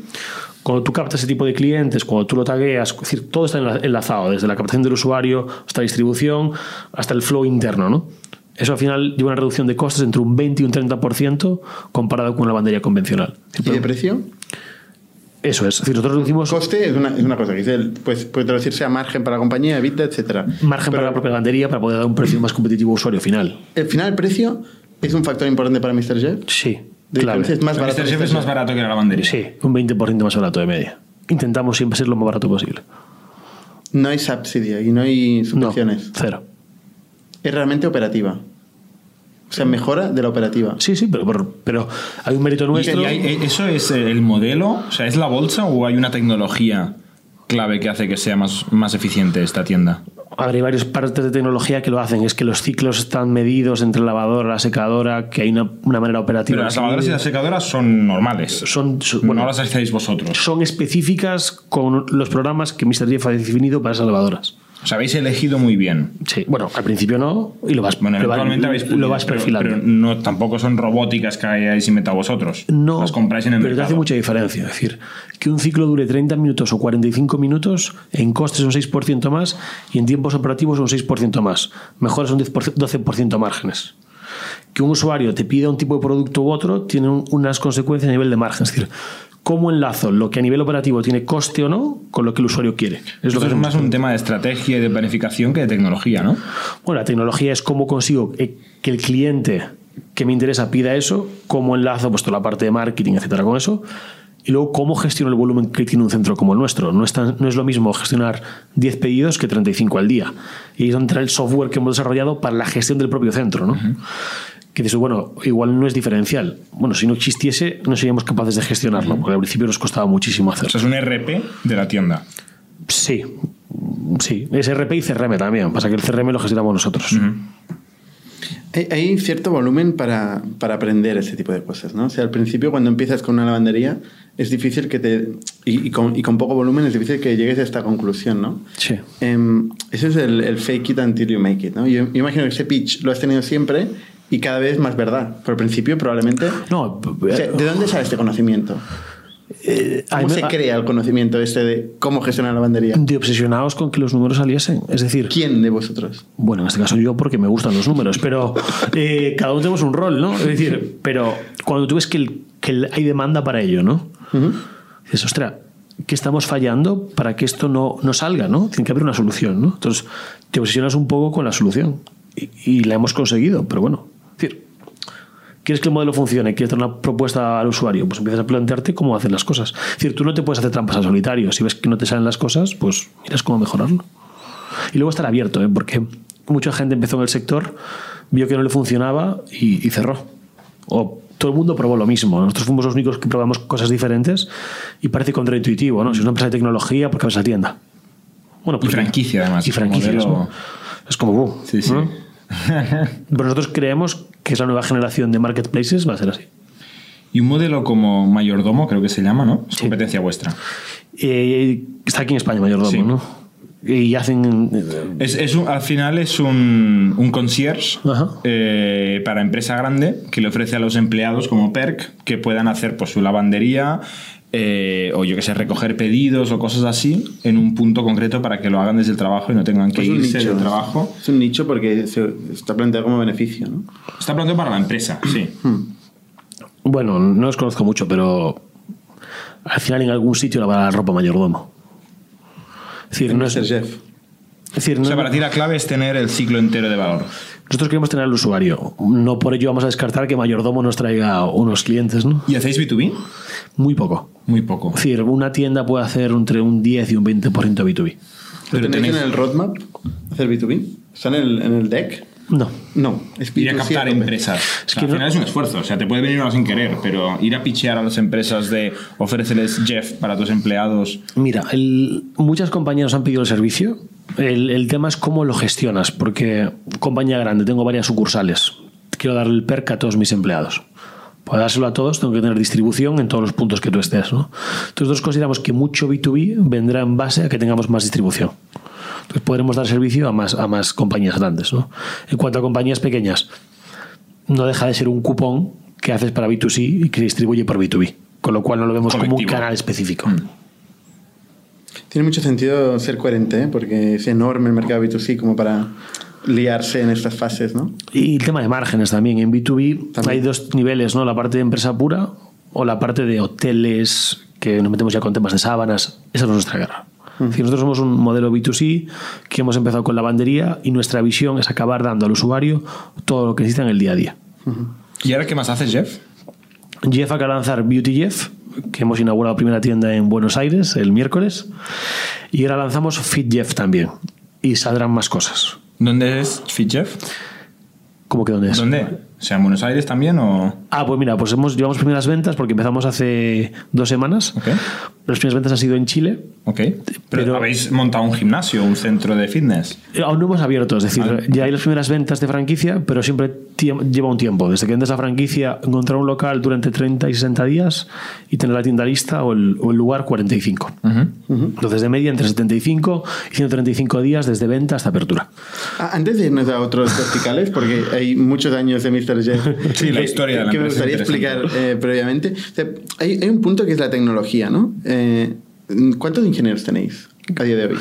[SPEAKER 3] cuando tú captas ese tipo de clientes, cuando tú lo tagueas, es decir, todo está enla- enlazado, desde la captación del usuario hasta la distribución, hasta el flow interno, ¿no? Eso al final lleva una reducción de costes entre un 20 y un 30% comparado con una lavandería convencional. Es
[SPEAKER 2] ¿Y
[SPEAKER 3] decir,
[SPEAKER 2] de precio?
[SPEAKER 3] Eso es. Es decir, nosotros reducimos
[SPEAKER 2] Coste es una, es una cosa que dice, el- pues puede traducirse a margen para la compañía, EBITDA, etcétera.
[SPEAKER 3] margen
[SPEAKER 2] Pero
[SPEAKER 3] para la propia lavandería para poder dar un precio más competitivo a usuario final.
[SPEAKER 2] Al final, el precio es un factor importante para Mr. Chef.
[SPEAKER 3] Sí,
[SPEAKER 2] De
[SPEAKER 3] clave.
[SPEAKER 2] diferencia, es más barato.
[SPEAKER 4] Mr. Chef
[SPEAKER 2] Mr.
[SPEAKER 4] es más
[SPEAKER 2] Chef.
[SPEAKER 4] barato que la lavandería.
[SPEAKER 3] Sí, un 20% más barato de media. Intentamos siempre ser lo más barato posible.
[SPEAKER 2] No hay subsidio y no hay
[SPEAKER 3] No,
[SPEAKER 2] subvenciones.
[SPEAKER 3] cero.
[SPEAKER 2] Es realmente operativa. O sea, mejora de la operativa.
[SPEAKER 3] Sí, sí, pero, pero, pero hay un mérito
[SPEAKER 4] ¿Y-
[SPEAKER 3] nuestro.
[SPEAKER 4] y hay- e- ¿Eso es el modelo? O sea, ¿es la bolsa o hay una tecnología clave que hace que sea más, más eficiente esta tienda?
[SPEAKER 3] A ver, hay varias partes de tecnología que lo hacen. Es que los ciclos están medidos entre lavadora, secadora, que hay una, una manera operativa.
[SPEAKER 4] Pero las lavadoras y las secadoras son normales.
[SPEAKER 3] son, son-
[SPEAKER 4] bueno,
[SPEAKER 3] bueno,
[SPEAKER 4] no las hacéis vosotros.
[SPEAKER 3] son específicas con los programas que Mr. Jeff ha definido para esas lavadoras.
[SPEAKER 4] Os habéis elegido muy bien.
[SPEAKER 3] Sí, bueno, al principio no, y lo vas,
[SPEAKER 4] Bueno,
[SPEAKER 3] lo vas-
[SPEAKER 4] eventualmente habéis pulido,
[SPEAKER 3] lo vas
[SPEAKER 4] pero-
[SPEAKER 3] perfilando.
[SPEAKER 4] Pero, no, tampoco son robóticas que hayáis inventado vosotros.
[SPEAKER 3] no,
[SPEAKER 4] Las compráis en el
[SPEAKER 3] pero te
[SPEAKER 4] mercado.
[SPEAKER 3] hace mucha diferencia. Es decir, que un ciclo dure 30 minutos o 45 minutos, en costes un 6% más y en tiempos operativos un 6% más. Mejores un 10%, 12% márgenes. que un usuario te pida un tipo de producto u otro tiene un- unas consecuencias a nivel de margen. Es decir, cómo enlazo lo que a nivel operativo tiene coste o no con lo que el usuario quiere. Es lo
[SPEAKER 4] Esto
[SPEAKER 3] que
[SPEAKER 4] es
[SPEAKER 3] hacemos.
[SPEAKER 4] más un tema de estrategia y de planificación que de tecnología, ¿no?
[SPEAKER 3] Bueno, la tecnología es cómo consigo eh, que el cliente que me interesa pida eso, cómo enlazo pues, toda la parte de marketing, etcétera, con eso. Y luego, cómo gestiono el volumen que tiene un centro como el nuestro. No es, tan- no es lo mismo gestionar 10 pedidos que 35 al día. Y ahí es donde entra el software que hemos desarrollado para la gestión del propio centro. ¿no? Que dices, bueno, igual no es diferencial. Bueno, si no existiese, no seríamos capaces
[SPEAKER 4] E
[SPEAKER 3] de gestionarlo, porque al principio nos costaba muchísimo
[SPEAKER 4] O sea,
[SPEAKER 3] hacerlo.
[SPEAKER 4] es un RP de la tienda.
[SPEAKER 3] Sí, Sí, es RP y CRM también. Pasa que el CRM lo gestionamos nosotros.
[SPEAKER 2] Hay, hay cierto volumen para, para aprender ese tipo de cosas, ¿no? O sea, al principio cuando empiezas con una lavandería es difícil que te... Y, y con, y con poco volumen es difícil que llegues a esta conclusión, ¿no?
[SPEAKER 3] Sí.
[SPEAKER 2] Em, ese es el, el fake it until you make it, ¿no? Yo, yo imagino que ese pitch lo has tenido siempre y cada vez más verdad. Pero al principio probablemente...
[SPEAKER 3] No,
[SPEAKER 2] O sea, ¿De dónde sale este conocimiento?
[SPEAKER 3] Eh,
[SPEAKER 2] ¿Cómo se crea el conocimiento este de cómo gestionar la lavandería?
[SPEAKER 3] de obsesionados con que los números saliesen. Es decir,
[SPEAKER 2] ¿Quién de vosotros?
[SPEAKER 3] bueno, en este caso yo porque me gustan los números, pero eh, cada uno tenemos un rol, ¿no? Es decir, pero cuando tú ves que, el- que el- hay demanda para ello, ¿no? Dices, ostras, ¿qué estamos fallando para que esto no, no salga, ¿no? Tiene que haber una solución, ¿no? Entonces, te obsesionas un poco con la solución y, y la hemos conseguido, pero bueno, es decir, ¿Quieres que el modelo funcione? ¿Quieres dar una propuesta al usuario? Pues empiezas a plantearte cómo hacer las cosas. Es decir, tú no te puedes hacer trampas a solitario. Si ves que no te salen las cosas, pues miras cómo mejorarlo. Y luego estar abierto, ¿eh? porque mucha gente empezó en el sector, vio que no le funcionaba y, y cerró. O todo el mundo probó lo mismo. Nosotros fuimos los únicos que probamos cosas diferentes y parece contraintuitivo, ¿no? Si es una empresa de tecnología, ¿por qué vas a la tienda? Bueno, pues
[SPEAKER 4] Y franquicia, además,
[SPEAKER 3] Y franquicias, ¿no?
[SPEAKER 4] modelo-
[SPEAKER 3] Es como, uh,
[SPEAKER 4] Sí, sí.
[SPEAKER 3] ¿no? Pero nosotros creemos que esa nueva generación de marketplaces va a ser así.
[SPEAKER 4] Y un modelo como mayordomo, creo que se llama, ¿no? Es
[SPEAKER 3] Sí.
[SPEAKER 4] competencia vuestra.
[SPEAKER 3] Eh, está aquí en España, mayordomo,
[SPEAKER 4] Sí.
[SPEAKER 3] ¿no? Y hacen. eh,
[SPEAKER 4] Es, es un- al final es un, un concierge
[SPEAKER 3] Ajá.
[SPEAKER 4] eh, para empresa grande que le ofrece a los empleados como perk que puedan hacer pues, su lavandería eh, o yo que sé, recoger pedidos o cosas así en un punto concreto para que lo hagan desde el trabajo y no tengan que
[SPEAKER 2] Es Pues un
[SPEAKER 4] irse
[SPEAKER 2] nicho.
[SPEAKER 4] del trabajo.
[SPEAKER 2] Es un nicho porque se está planteado como beneficio, ¿no?
[SPEAKER 4] Está planteado para la empresa, sí.
[SPEAKER 3] Bueno, no los conozco mucho, pero al final en algún sitio lavará la ropa mayordomo. Es decir, no es,
[SPEAKER 2] Ser
[SPEAKER 3] es
[SPEAKER 2] chef.
[SPEAKER 3] decir,
[SPEAKER 4] O
[SPEAKER 3] no-
[SPEAKER 4] sea, para ti la clave es tener el ciclo entero de valor.
[SPEAKER 3] nosotros queremos tener al usuario. No por ello vamos a descartar que mayordomo nos traiga unos clientes, ¿no?
[SPEAKER 4] ¿Y hacéis B2B?
[SPEAKER 3] Muy poco.
[SPEAKER 4] Muy poco.
[SPEAKER 3] Es decir, una tienda puede hacer entre un 10 y un 20% B2B.
[SPEAKER 2] ¿Lo
[SPEAKER 4] Pero
[SPEAKER 2] tenéis
[SPEAKER 4] tenéis-
[SPEAKER 2] en el roadmap? ¿Hacer B2B? ¿Está en el, en el deck?
[SPEAKER 3] No.
[SPEAKER 2] No. Es
[SPEAKER 4] Ir a
[SPEAKER 2] B2C
[SPEAKER 4] captar
[SPEAKER 2] a tope.
[SPEAKER 4] empresas.
[SPEAKER 3] Es
[SPEAKER 4] O sea,
[SPEAKER 3] que
[SPEAKER 4] al
[SPEAKER 3] no-
[SPEAKER 4] final es un esfuerzo. O sea, te puede venir uno sin querer, pero ir a pichear a las empresas de ofréceles Jeff para tus empleados.
[SPEAKER 3] Mira, el- muchas compañías nos han pedido el servicio. El, el tema es cómo lo gestionas, porque compañía grande, tengo varias sucursales. Quiero darle el perk a todos mis empleados. Para dárselo a todos, tengo que tener distribución en todos los puntos que tú estés. ¿no? Entonces, nosotros consideramos que mucho B2B vendrá en base a que tengamos más distribución. Entonces, podremos dar servicio a más, a más compañías grandes. ¿no? En cuanto a compañías pequeñas, no deja de ser un cupón que haces para B2C y que distribuye por B2B. Con lo cual, no lo vemos como un
[SPEAKER 4] Colectivo. Mm.
[SPEAKER 3] canal específico.
[SPEAKER 2] Tiene mucho sentido ser coherente, ¿eh? porque es enorme el mercado B2C como para liarse en estas fases, ¿no?
[SPEAKER 3] Y el tema de márgenes también. En B2B
[SPEAKER 2] También.
[SPEAKER 3] hay dos niveles, ¿no? La parte de empresa pura o la parte de hoteles, que nos metemos ya con temas de sábanas. Esa no es nuestra guerra. Es decir, nosotros somos un modelo B2C que hemos empezado con lavandería y nuestra visión es acabar dando al usuario todo lo que necesita en el día a día.
[SPEAKER 4] ¿Y ahora qué más haces, Jeff?
[SPEAKER 3] Jeff acaba de lanzar Beauty Jeff, que hemos inaugurado la primera tienda en Buenos Aires el miércoles. Y ahora lanzamos Fit Jeff también. Y saldrán más cosas.
[SPEAKER 4] ¿Dónde es Fit Jeff?
[SPEAKER 3] ¿Cómo que dónde es?
[SPEAKER 4] ¿Dónde? O sea, en Buenos Aires también o.
[SPEAKER 3] Ah, pues mira, pues hemos llevamos primeras ventas porque empezamos hace dos semanas.
[SPEAKER 4] Ok.
[SPEAKER 3] Las primeras ventas han sido en Chile.
[SPEAKER 4] Ok. Pero,
[SPEAKER 3] Pero-
[SPEAKER 4] habéis montado un gimnasio, un centro de fitness.
[SPEAKER 3] Eh, Aún no hemos abierto, es decir,
[SPEAKER 4] Vale.
[SPEAKER 3] ya hay las primeras ventas de franquicia, pero siempre tie- lleva un tiempo. Desde que vendes la franquicia, encontrar un local durante 30 y 60 días y tener la tienda lista o el, o el lugar 45. Entonces, de media entre 75 y 135 días desde venta hasta apertura.
[SPEAKER 2] Ah, Antes de irnos a otros verticales, porque hay muchos años de Mr. Jeff.
[SPEAKER 4] Sí, la
[SPEAKER 2] que-
[SPEAKER 4] historia de la
[SPEAKER 2] que me
[SPEAKER 4] empresa
[SPEAKER 2] gustaría
[SPEAKER 4] es
[SPEAKER 2] explicar eh, previamente. O sea, hay, hay un punto que es la tecnología, ¿no? Eh, ¿Cuántos ingenieros tenéis a día de hoy?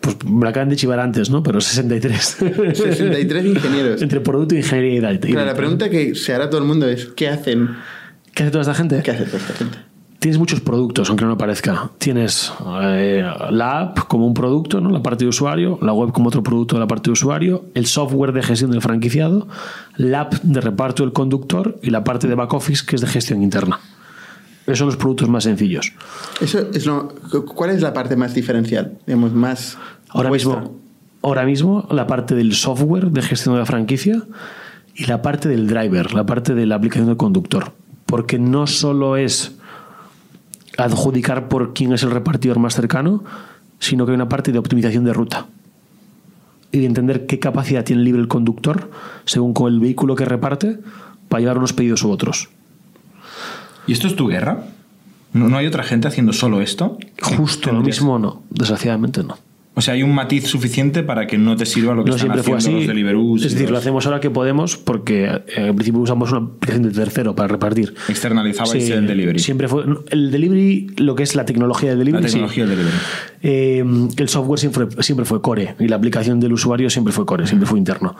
[SPEAKER 3] Pues me la acaban de chivar antes, ¿no? Pero 63.
[SPEAKER 2] 63 ingenieros.
[SPEAKER 3] Entre producto, ingeniería y data.
[SPEAKER 2] Claro, la pregunta que se hará todo el mundo es, ¿qué hacen?
[SPEAKER 3] ¿Qué hace toda esta gente?
[SPEAKER 2] ¿Qué hace toda esta gente?
[SPEAKER 3] Tienes muchos productos, aunque no lo parezca. Tienes eh, la app como un producto, ¿no? la parte de usuario, la web como otro producto de la parte de usuario, el software de gestión del franquiciado, la app de reparto del conductor y la parte de back office que es de gestión interna. Esos son los productos más sencillos.
[SPEAKER 2] Eso es lo, ¿Cuál es la parte más diferencial? Digamos, más...
[SPEAKER 3] Ahora
[SPEAKER 2] vuestra.
[SPEAKER 3] mismo, ahora mismo, la parte del software de gestión de la franquicia y la parte del driver, la parte de la aplicación del conductor. Porque no solo es adjudicar por quién es el repartidor más cercano, sino que hay una parte de optimización de ruta y de entender qué capacidad tiene libre el conductor según con el vehículo que reparte para llevar unos pedidos u otros.
[SPEAKER 4] ¿Y esto es tu guerra? ¿No, no hay otra gente haciendo solo esto?
[SPEAKER 3] Justo lo
[SPEAKER 4] Tendrías-
[SPEAKER 3] mismo no, desgraciadamente no.
[SPEAKER 4] O sea, hay un matiz suficiente para que no te sirva lo que
[SPEAKER 3] No
[SPEAKER 4] están
[SPEAKER 3] siempre fue
[SPEAKER 4] haciendo
[SPEAKER 3] así.
[SPEAKER 4] los Deliveroo.
[SPEAKER 3] Es decir, lo hacemos ahora que podemos porque eh, en principio usamos una aplicación de tercero para repartir.
[SPEAKER 4] Externalizabais
[SPEAKER 3] Sí,
[SPEAKER 4] el delivery.
[SPEAKER 3] Siempre fue no, el delivery, lo que es la tecnología del
[SPEAKER 4] la
[SPEAKER 3] delivery. sí.
[SPEAKER 4] tecnología del delivery.
[SPEAKER 3] Eh, el software siempre, siempre fue core y la aplicación del usuario siempre fue core, siempre fue interno.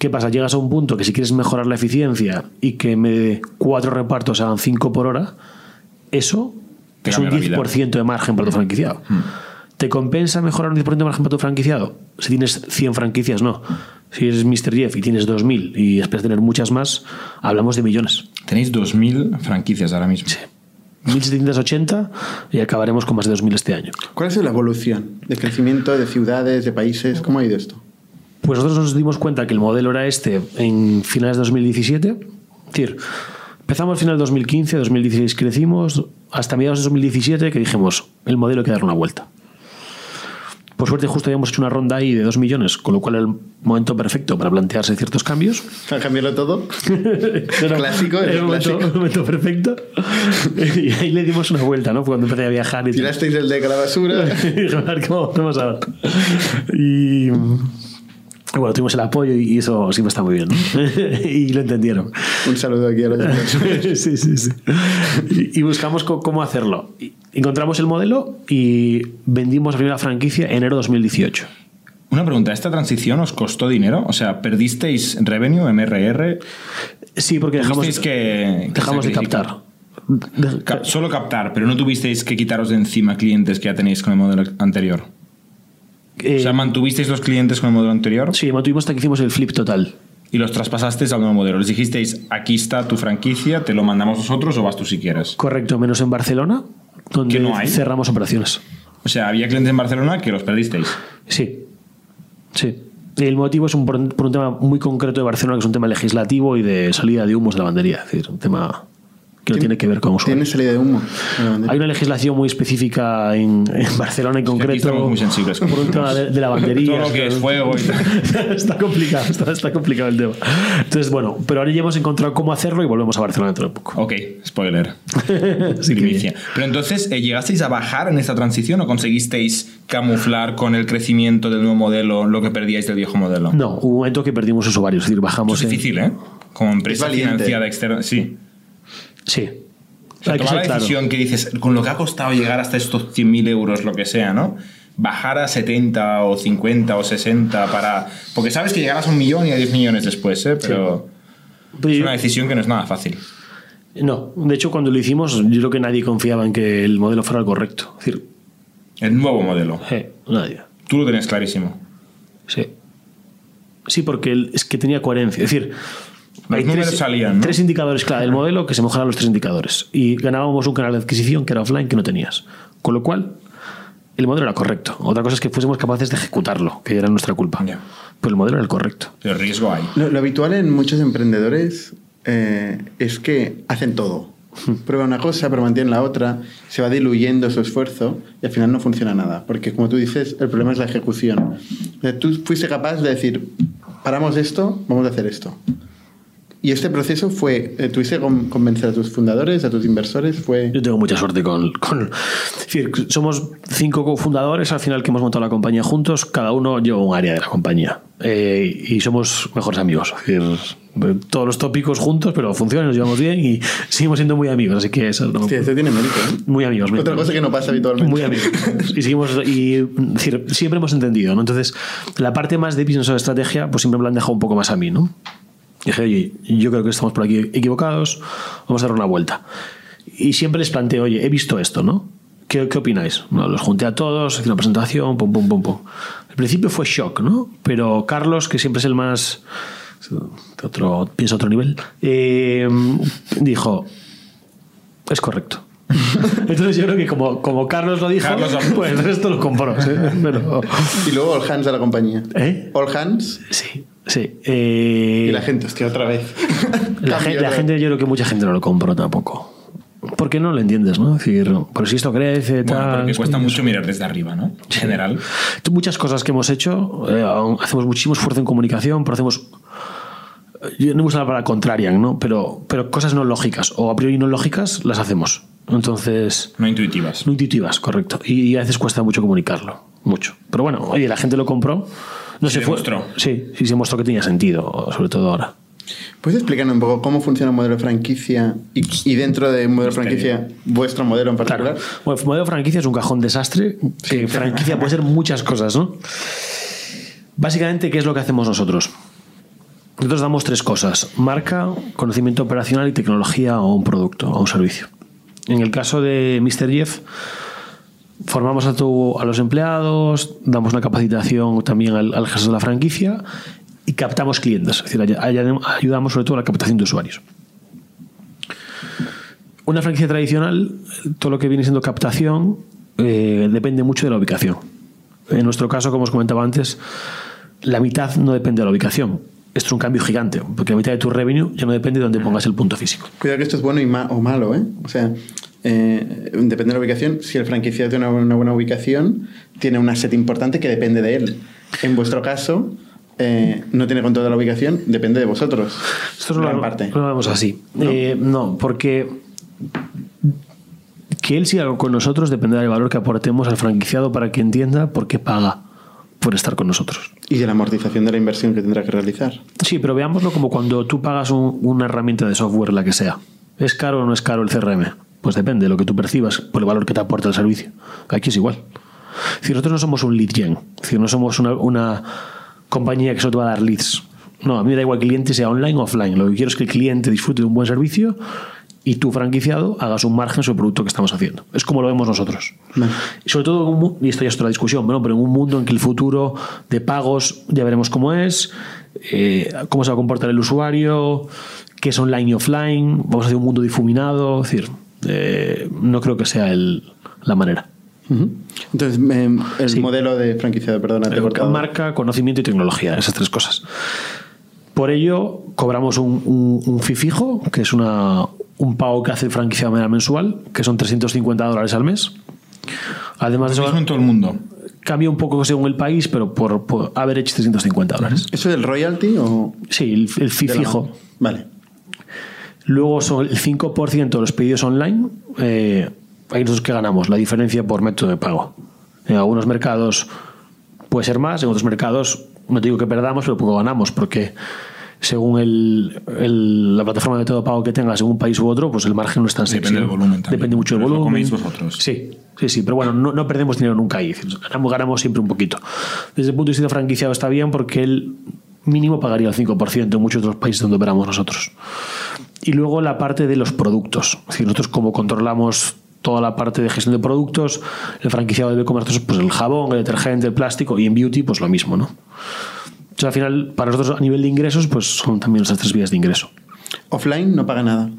[SPEAKER 3] ¿Qué pasa? Llegas a un punto que si quieres mejorar la eficiencia y que me de cuatro repartos hagan cinco por hora, eso
[SPEAKER 4] Te
[SPEAKER 3] es un
[SPEAKER 4] cambia la vida. Mm.
[SPEAKER 3] 10% de margen para tu franquiciado. ¿Te compensa mejorar un 10% de margen para tu franquiciado? Si tienes 100 franquicias, no. Si eres Mr. Jeff y tienes 2.000 y esperas tener muchas más, hablamos de millones.
[SPEAKER 4] Tenéis 2.000 franquicias ahora mismo.
[SPEAKER 3] 1.780 y acabaremos con más de 2.000 este año.
[SPEAKER 2] ¿Cuál ha sido la evolución de crecimiento de ciudades, de países? ¿Cómo ha ido esto?
[SPEAKER 3] Pues nosotros nos dimos cuenta que el modelo era este en finales de 2017. Es decir, empezamos al final de 2015, 2016 crecimos, hasta mediados de 2017 que dijimos, el modelo hay que dar una vuelta. Por suerte justo habíamos hecho una ronda ahí de 2 millones, con lo cual era el momento perfecto para plantearse ciertos cambios.
[SPEAKER 2] ¿Para cambiarlo todo? Clásico,
[SPEAKER 3] era
[SPEAKER 2] el
[SPEAKER 3] el momento,
[SPEAKER 2] clásico.
[SPEAKER 3] momento perfecto. y ahí le dimos una vuelta, ¿no? Fue Cuando empecé a viajar y tal.
[SPEAKER 2] Tirasteis el de a la basura.
[SPEAKER 3] Y dije, a ver, ¿cómo hacemos ahora? Y mm, bueno, tuvimos el apoyo y eso siempre está muy bien. ¿no? y lo entendieron.
[SPEAKER 2] Un saludo aquí a los
[SPEAKER 3] sí, sí, sí. Y, y buscamos co- cómo hacerlo. Y encontramos el modelo y vendimos la primera franquicia enero de 2018.
[SPEAKER 4] Una pregunta, ¿esta transición os costó dinero? O sea, ¿perdisteis revenue, MRR?
[SPEAKER 3] Sí, porque dejamos,
[SPEAKER 4] ¿Tuvisteis que, que
[SPEAKER 3] dejamos de
[SPEAKER 4] sacrificar?
[SPEAKER 3] captar. De-
[SPEAKER 4] Cap- solo captar, pero no tuvisteis que quitaros de encima clientes que ya tenéis con el modelo anterior.
[SPEAKER 3] eh,
[SPEAKER 4] o sea, mantuvisteis los clientes con el modelo anterior
[SPEAKER 3] sí, mantuvimos hasta que hicimos el flip total.
[SPEAKER 4] y los traspasasteis al nuevo modelo. Les dijisteis, aquí está tu franquicia, te lo mandamos nosotros o vas tú si quieres.
[SPEAKER 3] Correcto, menos en Barcelona, donde
[SPEAKER 4] Que no hay.
[SPEAKER 3] cerramos operaciones.
[SPEAKER 4] O sea, había clientes en Barcelona que los perdisteis.
[SPEAKER 3] Sí, sí. El motivo es un- por, un, por un tema muy concreto de Barcelona, que es un tema legislativo y de salida de humos de la bandería. Es decir, un tema que no tiene que ver con
[SPEAKER 2] Tiene
[SPEAKER 3] usuarios.
[SPEAKER 2] salida de humo. en la bandera.
[SPEAKER 3] Hay una legislación muy específica en, en Barcelona en concreto.
[SPEAKER 4] estamos muy sensibles.
[SPEAKER 3] Por un tema de, de la bandería.
[SPEAKER 4] Todo lo que es fuego y tal.
[SPEAKER 3] está complicado, está, está complicado el tema. Entonces, bueno, pero ahora ya hemos encontrado cómo hacerlo y volvemos a Barcelona dentro de poco.
[SPEAKER 4] Ok, spoiler.
[SPEAKER 3] Así que-
[SPEAKER 4] primicia. Pero entonces, eh, ¿llegasteis a bajar en esta transición o conseguisteis camuflar con el crecimiento del nuevo modelo lo que perdíais del viejo modelo?
[SPEAKER 3] No, hubo un momento que perdimos usuarios, es decir, bajamos.
[SPEAKER 4] es
[SPEAKER 3] en-
[SPEAKER 4] difícil, ¿eh? Como empresa
[SPEAKER 2] Es valiente.
[SPEAKER 4] financiada externa. Sí.
[SPEAKER 3] Sí.
[SPEAKER 4] O sea,
[SPEAKER 3] Hay que
[SPEAKER 4] tomar
[SPEAKER 3] ser
[SPEAKER 4] la
[SPEAKER 3] claro.
[SPEAKER 4] decisión que dices, con lo que ha costado llegar hasta estos 100.000 euros, lo que sea, ¿no? Bajar a 70 o 50 o 60 para... Porque sabes que llegarás a un millón y a 10 millones después, ¿eh? Pero
[SPEAKER 3] Pero
[SPEAKER 4] es
[SPEAKER 3] Pues yo-
[SPEAKER 4] una decisión que no es nada fácil.
[SPEAKER 3] No, de hecho cuando lo hicimos yo creo que nadie confiaba en que el modelo fuera el correcto. Es decir,
[SPEAKER 4] El nuevo modelo.
[SPEAKER 3] eh, nadie.
[SPEAKER 4] Tú lo tenías clarísimo.
[SPEAKER 3] Sí. Sí, porque el- es que tenía coherencia. Es decir,
[SPEAKER 4] Los números salían, ¿no?
[SPEAKER 3] tres indicadores clave del modelo que se mejoran los tres indicadores. Y ganábamos un canal de adquisición que era offline que no tenías. Con lo cual, el modelo era correcto. Otra cosa es que fuésemos capaces de ejecutarlo, que era nuestra culpa.
[SPEAKER 4] Ya.
[SPEAKER 3] Pero el modelo era el correcto.
[SPEAKER 4] Pero riesgo hay.
[SPEAKER 2] Lo, lo habitual en muchos emprendedores eh, es que hacen todo. Prueba una cosa, pero mantienen la otra, se va diluyendo su esfuerzo y al final no funciona nada. Porque como tú dices, el problema es la ejecución. O sea, tú fuiste capaz de decir, paramos esto, vamos a hacer esto. Y este proceso fue, eh, tuviste que con- convencer a tus fundadores, a tus inversores, fue...
[SPEAKER 3] Yo tengo mucha suerte con... con- es decir, somos cinco cofundadores al final que hemos montado la compañía juntos, cada uno lleva un área de la compañía Eh, y somos mejores amigos. Es decir, todos los tópicos juntos, pero funciona, nos llevamos bien y seguimos siendo muy amigos, así que eso es lo-
[SPEAKER 2] Hostia, esto tiene mérito. ¿eh?
[SPEAKER 3] Muy amigos. muy
[SPEAKER 2] Otra
[SPEAKER 3] amigos.
[SPEAKER 2] cosa que no pasa habitualmente.
[SPEAKER 3] Muy amigos. Y seguimos, y es decir, siempre hemos entendido, ¿no? Entonces, la parte más de business o de estrategia, pues siempre me la han dejado un poco más a mí, ¿no? Dije, oye, yo creo que estamos por aquí equivocados, vamos a dar una vuelta. Y siempre les planteo, oye, he visto esto, ¿no? ¿Qué, qué opináis? Bueno, los junté a todos, hice una presentación, pum, pum, pum, pum. Al principio fue shock, ¿no? Pero Carlos, que siempre es el más. de Otro, piensa a otro nivel, eh, dijo: Es correcto. Entonces yo creo que como, como Carlos lo dijo,
[SPEAKER 4] Carlos habló.
[SPEAKER 3] pues el resto lo compró. ¿sí? Pero-
[SPEAKER 2] Y luego all hands a la compañía.
[SPEAKER 3] ¿Eh?
[SPEAKER 2] All hands
[SPEAKER 3] sí, sí. eh,
[SPEAKER 2] y la gente, hostia, otra vez. Cambio
[SPEAKER 3] La, gen- la
[SPEAKER 2] otra vez.
[SPEAKER 3] gente, yo creo que mucha gente no lo compró tampoco. porque no lo entiendes, ¿no? Es decir, por si esto crece,
[SPEAKER 4] Bueno,
[SPEAKER 3] tal.
[SPEAKER 4] porque
[SPEAKER 3] es
[SPEAKER 4] cuesta
[SPEAKER 3] curioso.
[SPEAKER 4] mucho mirar desde arriba, ¿no? En general.
[SPEAKER 3] Entonces, muchas cosas que hemos hecho, eh, aún hacemos muchísimo esfuerzo en comunicación, pero hacemos. eh, Yo no uso la palabra contrarian, ¿no? Pero, pero cosas no lógicas o a priori no lógicas las hacemos. Entonces,
[SPEAKER 4] No intuitivas.
[SPEAKER 3] no intuitivas, correcto. Y, y a veces cuesta mucho comunicarlo, mucho. Pero bueno, oye, la gente lo compró. No
[SPEAKER 4] Se
[SPEAKER 3] se fue.
[SPEAKER 4] demostró.
[SPEAKER 3] Sí, sí, se mostró que tenía sentido, sobre todo ahora.
[SPEAKER 2] ¿Puedes explicarnos Pues un poco cómo funciona un modelo de franquicia y, y dentro de un modelo de
[SPEAKER 4] Misterio.
[SPEAKER 2] franquicia, vuestro modelo en particular?
[SPEAKER 3] Pues, eh, Claro. Bueno, modelo franquicia es un cajón desastre. que franquicia puede ser muchas cosas, ¿no? Básicamente, ¿qué es lo que hacemos nosotros? Nosotros damos tres cosas: marca, conocimiento operacional y tecnología a un producto, a un servicio. En el caso de Mr. Jeff, formamos a, tu- a los empleados, damos una capacitación también al, al gestor de la franquicia y captamos clientes. Es decir, ay- ay- ayudamos sobre todo a la captación de usuarios. Una franquicia tradicional, todo lo que viene siendo captación, eh, depende mucho de la ubicación. En nuestro caso, como os comentaba antes, la mitad no depende de la ubicación. Esto es un cambio gigante, porque la mitad de tu revenue ya no depende de dónde pongas el punto físico.
[SPEAKER 2] Cuidado que esto es bueno y ma- o malo, ¿eh? O sea, eh, depende de la ubicación. Si el franquiciado tiene una, una buena ubicación, tiene un asset importante que depende de él. En vuestro caso, eh, no tiene control de la ubicación, depende de vosotros.
[SPEAKER 3] Esto no lo,
[SPEAKER 2] Gran
[SPEAKER 3] no
[SPEAKER 2] parte.
[SPEAKER 3] lo vemos así. Eh, ¿No? porque que él siga con nosotros dependerá del valor que aportemos al franquiciado para que entienda por qué paga por estar con nosotros.
[SPEAKER 2] Y de la amortización de la inversión que tendrá que realizar.
[SPEAKER 3] Sí, pero veámoslo como cuando tú pagas un- una herramienta de software, la que sea. ¿Es caro o no es caro el CRM? Pues depende de lo que tú percibas por el valor que te aporta el servicio. Aquí es igual. Es decir, nosotros no somos un lead gen. Es decir, no somos una, una compañía que solo te va a dar leads. No, a mí me da igual que el cliente sea online o offline. Lo que quiero es que el cliente disfrute de un buen servicio y tu franquiciado hagas un margen sobre el producto que estamos haciendo. Es como lo vemos nosotros.
[SPEAKER 2] Vale.
[SPEAKER 3] Y sobre todo, en un mu- y esto ya es otra discusión, bueno, pero en un mundo en que el futuro de pagos ya veremos cómo es, eh, cómo se va a comportar el usuario, qué es online y offline, vamos hacia un mundo difuminado, es decir, eh, no creo que sea el- la manera.
[SPEAKER 2] Ujú. Entonces, eh, el
[SPEAKER 3] Sí.
[SPEAKER 2] modelo de franquiciado, perdona, te he cortado.
[SPEAKER 3] Marca, conocimiento y tecnología, esas tres cosas. Por ello, cobramos un, un, un fee fijo, que es una, un pago que hace el franquiciado de manera mensual, que son 350 dólares al mes. Además de
[SPEAKER 4] Eso
[SPEAKER 3] eso,
[SPEAKER 4] en todo el mundo.
[SPEAKER 3] cambia un poco según el país, pero por, por average 350 dólares.
[SPEAKER 2] ¿Eso del royalty o...?
[SPEAKER 3] Sí, el, el fee
[SPEAKER 2] de la
[SPEAKER 3] fijo.
[SPEAKER 2] marca? Vale.
[SPEAKER 3] Luego son el 5% de los pedidos online. Eh, ahí nosotros que ganamos, la diferencia por método de pago. En algunos mercados puede ser más, en otros mercados no te digo que perdamos, pero poco ganamos, porque según el, el- la plataforma de todo pago que tengas en un país u otro, pues el margen no es tan
[SPEAKER 4] Depende
[SPEAKER 3] sexy,
[SPEAKER 4] del
[SPEAKER 3] ¿no?
[SPEAKER 4] volumen también.
[SPEAKER 3] Depende mucho del
[SPEAKER 4] Pero lo
[SPEAKER 3] volumen.
[SPEAKER 4] coméis vosotros.
[SPEAKER 3] Sí, sí, sí, pero bueno, no, no perdemos dinero nunca ahí. es decir, Ganamos, ganamos siempre un poquito. Desde el punto de vista franquiciado está bien porque él mínimo pagaría el 5% en muchos otros países donde operamos nosotros. Y luego la parte de los productos. Es decir, nosotros como controlamos toda la parte de gestión de productos, el franquiciado debe comer nosotros, pues el jabón, el detergente, el plástico y en beauty pues lo mismo, ¿no? Entonces al final para nosotros a nivel de ingresos pues son también esas tres vías de ingreso.
[SPEAKER 2] Offline no paga nada.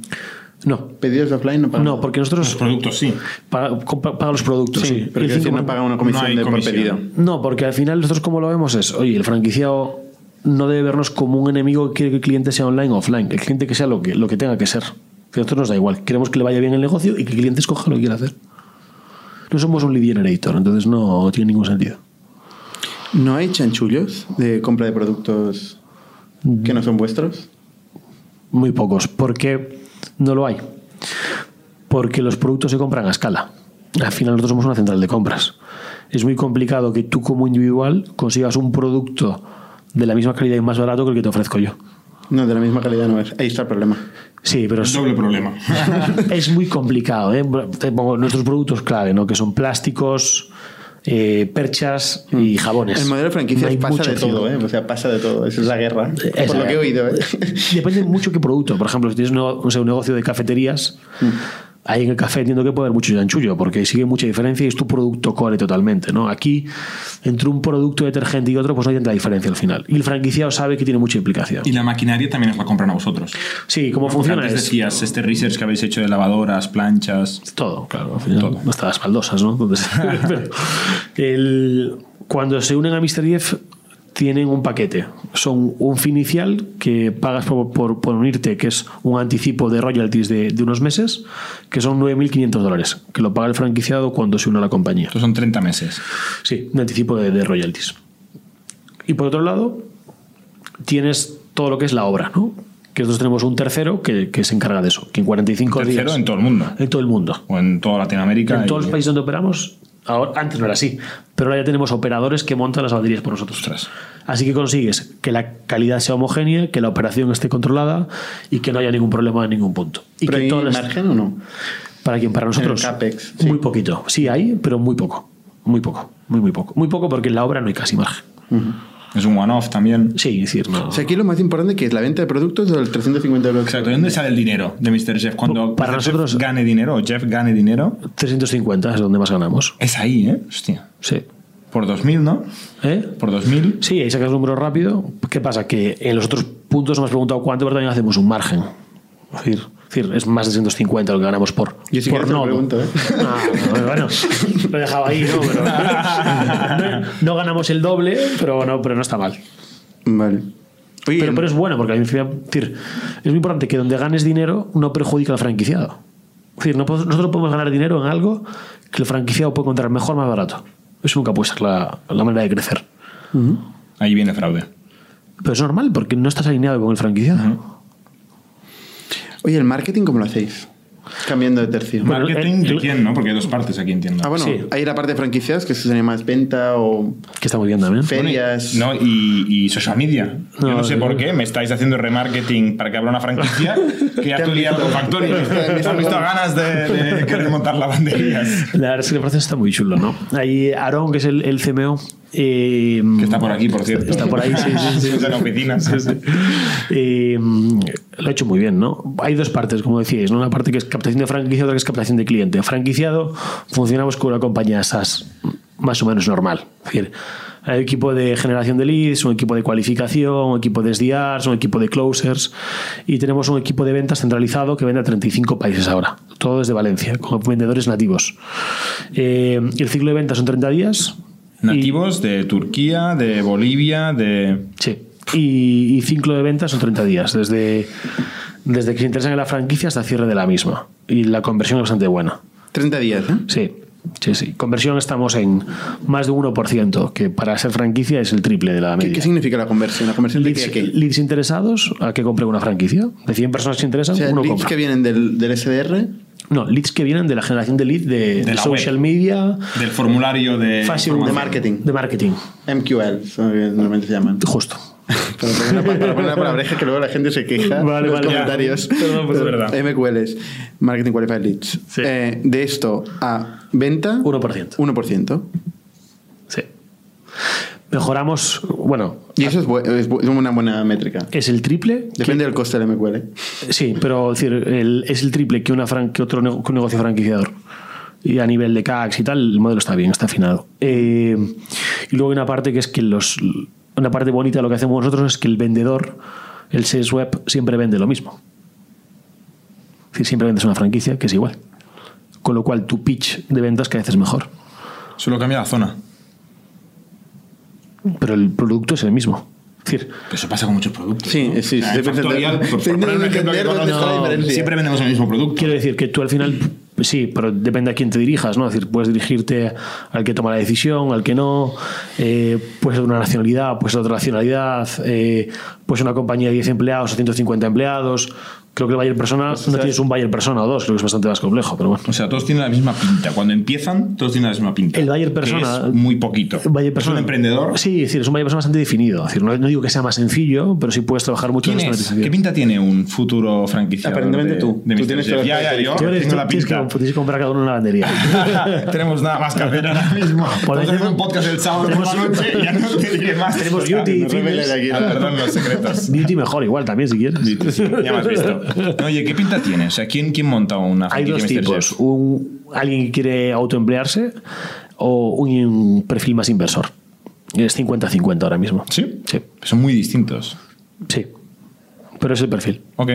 [SPEAKER 3] No,
[SPEAKER 2] Pedidos de offline no paga
[SPEAKER 3] no,
[SPEAKER 2] nada.
[SPEAKER 3] porque
[SPEAKER 4] Los
[SPEAKER 3] nosotros
[SPEAKER 4] productos sí.
[SPEAKER 3] paga, paga los productos. Sí,
[SPEAKER 2] Sí, pero
[SPEAKER 3] El
[SPEAKER 2] quiero decir,
[SPEAKER 3] 5%.
[SPEAKER 2] no paga una comisión,
[SPEAKER 4] No hay
[SPEAKER 2] de-
[SPEAKER 4] comisión.
[SPEAKER 2] por pedido.
[SPEAKER 3] No, porque al final nosotros como lo vemos es, oye, el franquiciado no debe vernos como un enemigo que quiere que el cliente sea online o offline, que el cliente que sea lo que, lo que tenga que ser. Que a nosotros nos da igual. Queremos que le vaya bien el negocio y que el cliente escoja lo que quiera hacer. No somos un lead generator, entonces no tiene ningún sentido.
[SPEAKER 2] ¿No hay chanchullos de compra de productos que no son vuestros?
[SPEAKER 3] Muy pocos. ¿Por qué no lo hay? Porque los productos se compran a escala. Al final nosotros somos una central de compras. Es muy complicado que tú como individual consigas un producto de la misma calidad y más barato que el que te ofrezco yo.
[SPEAKER 2] No, de la misma calidad no es. Ahí está el problema.
[SPEAKER 3] Sí, pero
[SPEAKER 4] Es
[SPEAKER 3] es,
[SPEAKER 4] doble problema.
[SPEAKER 3] es muy complicado. ¿eh? Te pongo nuestros productos clave, ¿no? que son plásticos, eh, perchas y jabones.
[SPEAKER 2] Mm. El modelo de franquicias
[SPEAKER 3] No hay
[SPEAKER 2] pasa
[SPEAKER 3] mucha
[SPEAKER 2] de
[SPEAKER 3] opción.
[SPEAKER 2] todo, ¿eh? O sea, pasa de todo. Esa es la guerra.
[SPEAKER 3] Esa
[SPEAKER 2] por lo que he oído,
[SPEAKER 3] guerra.
[SPEAKER 2] ¿eh?
[SPEAKER 3] Depende mucho qué producto. Por ejemplo, si tienes un, nego- o sea, un negocio de cafeterías,
[SPEAKER 2] Mm.
[SPEAKER 3] ahí en el café entiendo que puede haber mucho chanchullo, porque sigue mucha diferencia y es tu producto core totalmente. ¿no? Aquí, entre un producto detergente y otro, pues no hay tanta diferencia al final. Y el franquiciado sabe que tiene mucha implicación.
[SPEAKER 4] y la maquinaria también os la compran a vosotros.
[SPEAKER 3] Sí, ¿cómo funciona?
[SPEAKER 4] Antes
[SPEAKER 3] Es
[SPEAKER 4] decías, este research que habéis hecho de lavadoras, planchas.
[SPEAKER 3] todo, claro. Al final,
[SPEAKER 4] Todo.
[SPEAKER 3] Hasta las baldosas, ¿no? Entonces, pero el- cuando se unen a Mr. Jeff, tienen un paquete. Son un fin inicial que pagas por, por- por unirte, que es un anticipo de royalties de, de unos meses, que son 9.500 dólares, que lo paga el franquiciado cuando se une a la compañía.
[SPEAKER 4] Estos son 30 meses.
[SPEAKER 3] Sí, un anticipo de, de royalties. Y por otro lado, tienes todo lo que es la obra, ¿no? Que nosotros tenemos un tercero que, que se encarga de eso, que en 45
[SPEAKER 4] Tercero
[SPEAKER 3] días.
[SPEAKER 4] en todo el mundo.
[SPEAKER 3] en todo el mundo.
[SPEAKER 4] O en toda Latinoamérica.
[SPEAKER 3] En todos
[SPEAKER 4] y-
[SPEAKER 3] los países donde operamos, ahora, antes no era así, pero ahora ya tenemos operadores que montan las baterías por nosotros.
[SPEAKER 4] Ostras.
[SPEAKER 3] Así que consigues que la calidad sea homogénea, que la operación esté controlada y que no haya ningún problema en ningún punto. Y
[SPEAKER 2] ¿Pero
[SPEAKER 3] que
[SPEAKER 2] hay
[SPEAKER 3] todas las-
[SPEAKER 2] margen o no?
[SPEAKER 3] ¿Para quién? Para nosotros.
[SPEAKER 2] CAPEX, sí.
[SPEAKER 3] Muy poquito. Sí hay, pero muy poco. Muy poco. Muy, muy poco. Muy poco porque en la obra no hay casi margen.
[SPEAKER 4] Es un one-off también.
[SPEAKER 3] Sí, es decir, no.
[SPEAKER 2] O sea, aquí lo más importante que es la venta de productos o el 350 euros.
[SPEAKER 4] Exacto. ¿De dónde sale el dinero de Mr. Jeff? Cuando
[SPEAKER 3] Para
[SPEAKER 4] Mr.
[SPEAKER 3] nosotros-
[SPEAKER 4] Jeff gane dinero o Jeff gane dinero,
[SPEAKER 3] 350 es donde más ganamos.
[SPEAKER 4] es ahí, ¿eh? Hostia.
[SPEAKER 3] Sí.
[SPEAKER 4] Por 2.000, ¿no?
[SPEAKER 3] ¿Eh?
[SPEAKER 4] Por 2.000.
[SPEAKER 3] Sí, ahí sacas un número rápido. ¿Qué pasa? Que en los otros puntos no me has preguntado cuánto, pero también hacemos un margen. Es decir, es, decir, es más de 150 lo que ganamos por.
[SPEAKER 2] Yo sí
[SPEAKER 3] por
[SPEAKER 2] que te lo
[SPEAKER 3] nodo.
[SPEAKER 2] pregunto, ¿eh?
[SPEAKER 3] Ah, bueno, bueno, lo he dejado ahí, ¿no? Pero- no, no ganamos el doble, pero bueno, pero no está mal.
[SPEAKER 2] Vale. Oye,
[SPEAKER 3] Pero, pero es bueno, porque al fin- es decir, es muy importante que donde ganes dinero no perjudique al franquiciado. Es decir, no pod- nosotros podemos ganar dinero en algo que el franquiciado puede encontrar mejor, más barato. Eso nunca puede ser la, la manera de crecer.
[SPEAKER 4] Ahí viene fraude.
[SPEAKER 3] Pero es normal, porque no estás alineado con el franquiciado.
[SPEAKER 2] oye, ¿el marketing cómo lo hacéis? Cambiando de tercio.
[SPEAKER 3] Bueno,
[SPEAKER 4] Marketing,
[SPEAKER 3] el-
[SPEAKER 4] ¿de
[SPEAKER 3] el-
[SPEAKER 4] quién, no? Porque hay dos partes aquí, entiendo.
[SPEAKER 2] Ah, bueno,
[SPEAKER 3] sí.
[SPEAKER 2] hay la parte de franquicias, que eso sería más venta o
[SPEAKER 3] Que está muy bien también.
[SPEAKER 4] Bueno, y-
[SPEAKER 2] ferias.
[SPEAKER 4] No, y, y social media. Yo
[SPEAKER 3] No,
[SPEAKER 4] no sé
[SPEAKER 3] yo-
[SPEAKER 4] por qué me estáis haciendo remarketing para que abra una franquicia que ya
[SPEAKER 2] Te han
[SPEAKER 4] estoy liado
[SPEAKER 2] visto.
[SPEAKER 4] con Factory.
[SPEAKER 2] Te han visto.
[SPEAKER 4] Han visto ganas de, de querer montar lavanderías.
[SPEAKER 3] La verdad es que el proceso está muy chulo, ¿no? Ahí Aarón, que es el, el CMO. eh,
[SPEAKER 4] Que está por aquí, por cierto.
[SPEAKER 3] Está por ahí, sí, sí, sí.
[SPEAKER 4] Está en la oficina.
[SPEAKER 3] eh, lo ha hecho muy bien, ¿no? Hay dos partes, como decíais, ¿no? Una parte que es captación de franquicia, otra que es captación de cliente. Franquiciado, funcionamos con una compañía SaaS más o menos normal. Es decir, hay un equipo de generación de leads, un equipo de cualificación, un equipo de SDRs, un equipo de closers y tenemos un equipo de ventas centralizado que vende a 35 países ahora, todo desde Valencia, con vendedores nativos. Eh, el ciclo de ventas son 30 días. y-
[SPEAKER 4] Nativos de Turquía, de Bolivia, de.
[SPEAKER 3] Sí. Y, y ciclo de ventas son 30 días, desde, desde que se interesan en la franquicia hasta cierre de la misma. Y la conversión es bastante buena.
[SPEAKER 2] 30 días, ¿eh?
[SPEAKER 3] Sí, sí, sí. Conversión estamos en más de un 1%, que para ser franquicia es el triple de la
[SPEAKER 2] ¿Qué,
[SPEAKER 3] media.
[SPEAKER 2] qué significa la conversión? ¿La conversión de qué? a
[SPEAKER 3] leads,
[SPEAKER 2] qué?
[SPEAKER 3] leads interesados a que compre una franquicia. De 100 personas que se interesan,
[SPEAKER 2] O sea,
[SPEAKER 3] uno
[SPEAKER 2] leads
[SPEAKER 3] compra.
[SPEAKER 2] que vienen del, del SDR.
[SPEAKER 3] No, leads que vienen de la generación de leads de, de
[SPEAKER 4] la
[SPEAKER 3] social
[SPEAKER 4] web.
[SPEAKER 3] media,
[SPEAKER 4] Del formulario de.
[SPEAKER 3] fácil
[SPEAKER 2] de marketing.
[SPEAKER 3] De marketing,
[SPEAKER 2] MQL, son los que normalmente se llaman.
[SPEAKER 3] justo.
[SPEAKER 2] Para ponerla, para para ponerla por la oreja, que luego la gente se queja
[SPEAKER 3] Vale,
[SPEAKER 2] en los
[SPEAKER 3] vale.
[SPEAKER 2] comentarios.
[SPEAKER 4] Ya. Perdón, pues es verdad.
[SPEAKER 2] MQLs, Marketing Qualified Leads.
[SPEAKER 3] Sí.
[SPEAKER 2] Eh, de esto a venta,
[SPEAKER 3] 1%.
[SPEAKER 2] 1%.
[SPEAKER 3] Sí. Mejoramos, bueno,
[SPEAKER 2] Y eso es, bu- es bu- es una buena métrica.
[SPEAKER 3] es el triple
[SPEAKER 2] Depende del coste del MQL.
[SPEAKER 3] Sí, pero es, decir, el- es el triple que, una fran- que otro nego- que un negocio franquiciador. Y a nivel de CACs y tal, el modelo está bien, está afinado. Eh, y luego hay una parte que es que los. Una parte bonita de lo que hacemos nosotros es que el vendedor, el sales web, siempre vende lo mismo. Es decir, siempre vendes una franquicia que es igual. Con lo cual, tu pitch de ventas cada vez es mejor.
[SPEAKER 4] Solo cambia la zona.
[SPEAKER 3] Pero el producto es el mismo. Es decir,
[SPEAKER 4] Eso pasa con muchos productos.
[SPEAKER 2] Sí,
[SPEAKER 4] ¿no?
[SPEAKER 2] sí,
[SPEAKER 4] O sea,
[SPEAKER 2] sí,
[SPEAKER 4] en
[SPEAKER 2] sí,
[SPEAKER 4] Factorial,
[SPEAKER 2] sí,
[SPEAKER 4] por-
[SPEAKER 2] sí,
[SPEAKER 4] por poner un
[SPEAKER 2] sí,
[SPEAKER 4] ejemplo que
[SPEAKER 2] entender dónde está la
[SPEAKER 4] conozco,
[SPEAKER 2] diferencia.
[SPEAKER 4] Siempre vendemos el mismo producto.
[SPEAKER 3] Quiero decir que tú al final, sí, pero depende a quién te dirijas, ¿no? Es decir, puedes dirigirte al que toma la decisión, al que no, eh, puede ser de una nacionalidad, puede ser de otra nacionalidad, eh, puede ser una compañía de 10 empleados o 150 empleados. Creo que el buyer persona,
[SPEAKER 4] Pues,
[SPEAKER 3] no
[SPEAKER 2] sea,
[SPEAKER 3] tienes un buyer persona o dos, creo que es bastante más complejo, pero bueno.
[SPEAKER 4] O sea, todos tienen la misma pinta. Cuando empiezan, todos tienen la misma pinta.
[SPEAKER 3] El buyer
[SPEAKER 4] que
[SPEAKER 3] persona-
[SPEAKER 4] es muy poquito.
[SPEAKER 3] Buyer
[SPEAKER 4] Es un
[SPEAKER 3] persona-
[SPEAKER 4] emprendedor.
[SPEAKER 3] Sí, es decir, es un buyer persona bastante definido. Es decir, no, no digo que sea más sencillo, pero sí puedes trabajar mucho
[SPEAKER 4] ¿Quién
[SPEAKER 3] en
[SPEAKER 4] es?
[SPEAKER 3] esta
[SPEAKER 4] ¿Qué pinta tiene un futuro franquiciado?
[SPEAKER 2] Aparentemente
[SPEAKER 4] de-
[SPEAKER 2] tú.
[SPEAKER 4] de
[SPEAKER 2] Tú
[SPEAKER 4] Mr.
[SPEAKER 2] tienes
[SPEAKER 4] Jeff?
[SPEAKER 2] todas las
[SPEAKER 4] Ya, ya, yo
[SPEAKER 3] Yo
[SPEAKER 4] tengo la
[SPEAKER 3] tienes, que,
[SPEAKER 4] pinta.
[SPEAKER 3] tienes que comprar cada uno una bandería.
[SPEAKER 4] tenemos nada más que hacer ahora mismo. Estamos
[SPEAKER 3] tenemos-
[SPEAKER 4] haciendo un podcast el sábado por
[SPEAKER 3] tenemos-
[SPEAKER 4] la noche y ya no te diré más.
[SPEAKER 3] Tenemos
[SPEAKER 4] Ya,
[SPEAKER 3] beauty,
[SPEAKER 4] no reveles
[SPEAKER 3] fitness.
[SPEAKER 4] aquí nada. Ah, perdón, los secretos.
[SPEAKER 3] Beauty mejor, igual también, si quieres.
[SPEAKER 4] Ya me has visto. Oye, ¿qué pinta tiene? O sea, ¿quién, quién monta una
[SPEAKER 3] Hay
[SPEAKER 4] franquicia
[SPEAKER 3] dos
[SPEAKER 4] Mr. Jeff?
[SPEAKER 3] tipos. Un, alguien que quiere autoemplearse o un perfil más inversor. Es 50-50 ahora mismo.
[SPEAKER 4] ¿Sí?
[SPEAKER 3] Sí,
[SPEAKER 4] Son muy distintos.
[SPEAKER 3] sí. Pero es el perfil
[SPEAKER 4] Ok.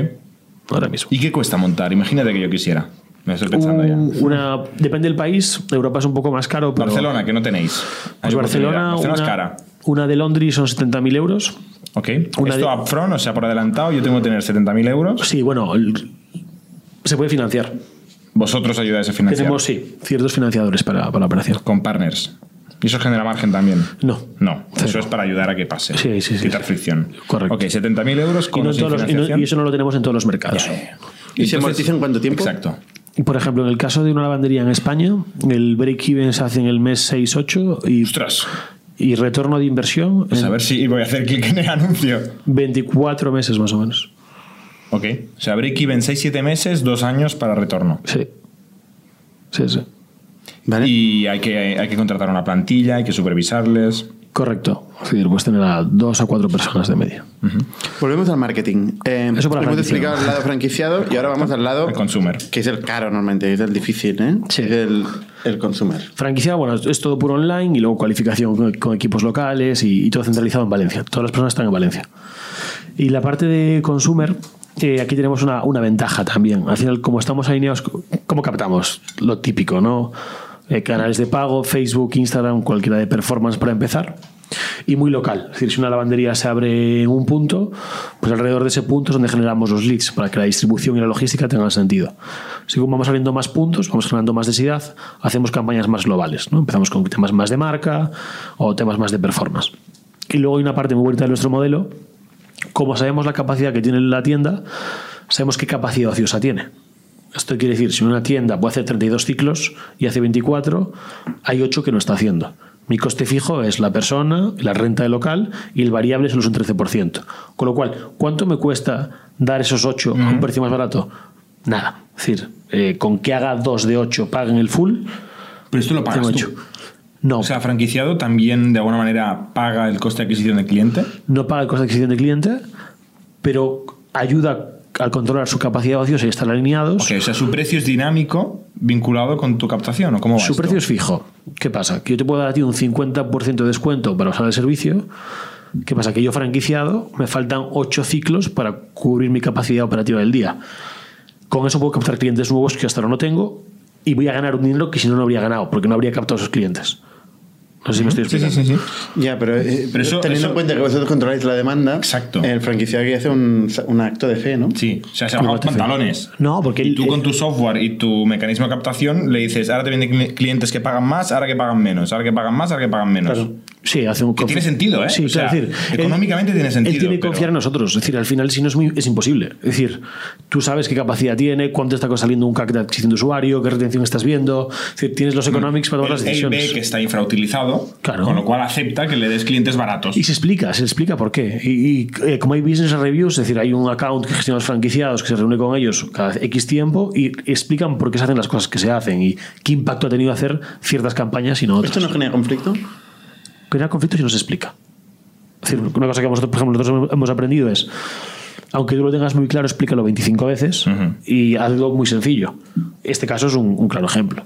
[SPEAKER 3] ahora mismo.
[SPEAKER 4] ¿Y qué cuesta montar? Imagínate que yo quisiera. Me estoy pensando ya.
[SPEAKER 3] Un- una, depende del país. Europa es un poco más caro. pero-
[SPEAKER 4] Barcelona, que no tenéis.
[SPEAKER 3] Pues
[SPEAKER 4] Hay
[SPEAKER 3] Barcelona,
[SPEAKER 4] oportunidad. Barcelona
[SPEAKER 3] una-
[SPEAKER 4] es cara.
[SPEAKER 3] Una de Londres son 70.000 euros.
[SPEAKER 4] Ok.
[SPEAKER 3] Una
[SPEAKER 4] Esto
[SPEAKER 3] de-
[SPEAKER 4] upfront, o sea, por adelantado, yo tengo que tener 70.000 euros.
[SPEAKER 3] Sí, bueno, el- se puede financiar.
[SPEAKER 4] Vosotros ayudáis a financiar.
[SPEAKER 3] Tenemos, sí, ciertos financiadores para, para la operación.
[SPEAKER 4] Con partners. Y eso genera margen también.
[SPEAKER 3] No.
[SPEAKER 4] No, eso
[SPEAKER 3] Cero.
[SPEAKER 4] es para ayudar a que pase.
[SPEAKER 3] Sí, sí, sí,
[SPEAKER 4] Quitar
[SPEAKER 3] sí.
[SPEAKER 4] fricción.
[SPEAKER 3] Correcto.
[SPEAKER 4] Ok, 70.000 euros
[SPEAKER 3] Y,
[SPEAKER 4] con
[SPEAKER 3] no
[SPEAKER 4] o
[SPEAKER 3] en todos los-
[SPEAKER 4] sin
[SPEAKER 3] y no-
[SPEAKER 4] financiación.
[SPEAKER 3] y eso no lo tenemos en todos los mercados.
[SPEAKER 2] ¿Y se amortiza en cuánto tiempo?
[SPEAKER 4] Exacto.
[SPEAKER 3] Y por ejemplo, en el caso de una lavandería en España, el break-even se hace en el mes 6-8 y,
[SPEAKER 4] Ostras,
[SPEAKER 3] y retorno de inversión
[SPEAKER 4] pues a
[SPEAKER 3] en
[SPEAKER 4] ver si voy a hacer clic en el anuncio.
[SPEAKER 3] 24 meses más o menos.
[SPEAKER 4] Ok, o sea, break-even 6-7 meses, 2 años para retorno.
[SPEAKER 3] Sí. Sí, sí.
[SPEAKER 2] ¿Vale?
[SPEAKER 4] Y hay que, hay que contratar una plantilla, hay que supervisarles.
[SPEAKER 3] Correcto. Es decir, pues tener a dos a cuatro personas de media.
[SPEAKER 2] Volvemos al marketing. Eh,
[SPEAKER 3] Eso para
[SPEAKER 2] hemos
[SPEAKER 3] franquiciado.
[SPEAKER 2] explicado el lado franquiciado y ahora vamos al lado
[SPEAKER 4] El consumer.
[SPEAKER 2] que es el caro normalmente, que es el difícil, ¿eh?
[SPEAKER 3] Sí.
[SPEAKER 2] El, el consumer.
[SPEAKER 3] Franquicia, bueno, es todo puro online y luego cualificación con, con equipos locales y, y todo centralizado en Valencia. Todas las personas están en Valencia. Y la parte de consumer, eh, aquí tenemos una, una ventaja también. Al final, como estamos alineados, ¿cómo captamos? Lo típico, ¿no? Eh, canales de pago, Facebook, Instagram, cualquiera de performance para empezar. Y muy local. Es decir, si una lavandería se abre en un punto, pues alrededor de ese punto es donde generamos los leads para que la distribución y la logística tengan sentido. Según vamos abriendo más puntos, vamos generando más densidad, hacemos campañas más globales. ¿no? Empezamos con temas más de marca o temas más de performance. Y luego hay una parte muy bonita de nuestro modelo, como sabemos la capacidad que tiene la tienda, sabemos qué capacidad ociosa tiene. Esto quiere decir, si una tienda puede hacer 32 ciclos y hace 24, hay 8 que no está haciendo. Mi coste fijo es la persona, la renta del local y el variable solo es un 13%. Con lo cual, ¿cuánto me cuesta dar esos 8 a un precio más barato? Nada. Es decir, eh, con que haga 2 de 8 paguen el full,
[SPEAKER 4] Pero esto lo
[SPEAKER 3] tengo
[SPEAKER 4] pagas
[SPEAKER 3] ocho.
[SPEAKER 4] tú.
[SPEAKER 3] No,
[SPEAKER 4] O sea, franquiciado también de alguna manera paga el coste de adquisición del cliente.
[SPEAKER 3] no paga el coste de adquisición de cliente, pero ayuda al controlar su capacidad ociosa y estar alineados.
[SPEAKER 4] Ok, o sea, su precio es dinámico vinculado con tu captación, ¿o cómo va
[SPEAKER 3] Su
[SPEAKER 4] esto?
[SPEAKER 3] precio es fijo. ¿Qué pasa? Que yo te puedo dar a ti un 50% de descuento para usar el servicio. ¿Qué pasa? Que yo franquiciado me faltan 8 ciclos para cubrir mi capacidad operativa del día. Con eso puedo captar clientes nuevos que hasta ahora no tengo y voy a ganar un dinero que si no, no habría ganado porque no habría captado esos clientes. No sé si me estoy
[SPEAKER 4] Sí,
[SPEAKER 3] explicando.
[SPEAKER 4] sí, sí, sí.
[SPEAKER 2] Ya, pero, eh,
[SPEAKER 4] Pero eso-
[SPEAKER 2] teniendo
[SPEAKER 4] eso-
[SPEAKER 2] en cuenta que vosotros controláis la demanda,
[SPEAKER 4] Exacto.
[SPEAKER 2] el franquiciado que hace un, un acto de fe, ¿no?
[SPEAKER 4] Sí, o sea, se baja los
[SPEAKER 3] Cúbrate,
[SPEAKER 4] pantalones.
[SPEAKER 3] No, porque
[SPEAKER 4] Y
[SPEAKER 3] él-
[SPEAKER 4] tú
[SPEAKER 3] él-
[SPEAKER 4] con tu software y tu mecanismo de captación le dices, ahora te vienen cli- clientes que pagan más, ahora que pagan menos, ahora que pagan más, ahora que pagan menos.
[SPEAKER 3] Sí, hace un
[SPEAKER 4] Que tiene sentido, ¿eh?
[SPEAKER 3] Sí,
[SPEAKER 4] O
[SPEAKER 3] claro,
[SPEAKER 4] sea,
[SPEAKER 3] es decir,
[SPEAKER 4] económicamente tiene sentido,
[SPEAKER 3] Él tiene que
[SPEAKER 4] pero-
[SPEAKER 3] confiar en nosotros. Es decir, al final, si no es, muy, es imposible. Es decir, tú sabes qué capacidad tiene, cuánto está saliendo un CAC de adquisición de usuario, qué retención estás viendo. Es decir, tienes los economics para tomar las
[SPEAKER 4] Mm. Él- él ve
[SPEAKER 3] decisiones.
[SPEAKER 4] que está infrautilizado,
[SPEAKER 3] Claro.
[SPEAKER 4] con lo cual acepta que le des clientes baratos.
[SPEAKER 3] Y se explica, se explica por qué. Y, y, eh, como hay business reviews, es decir, hay un account que gestiona los franquiciados que se reúne con ellos cada X tiempo y explican por qué se hacen las cosas que se hacen y qué impacto ha tenido hacer ciertas campañas y no otras.
[SPEAKER 2] ¿Esto no genera conflicto?
[SPEAKER 3] genera conflicto si no se explica. Es decir, una cosa que nosotros, por ejemplo, nosotros hemos aprendido es, aunque tú lo tengas muy claro, explícalo 25 veces
[SPEAKER 4] Ujú.
[SPEAKER 3] y hazlo muy sencillo. Este caso es un, un claro ejemplo.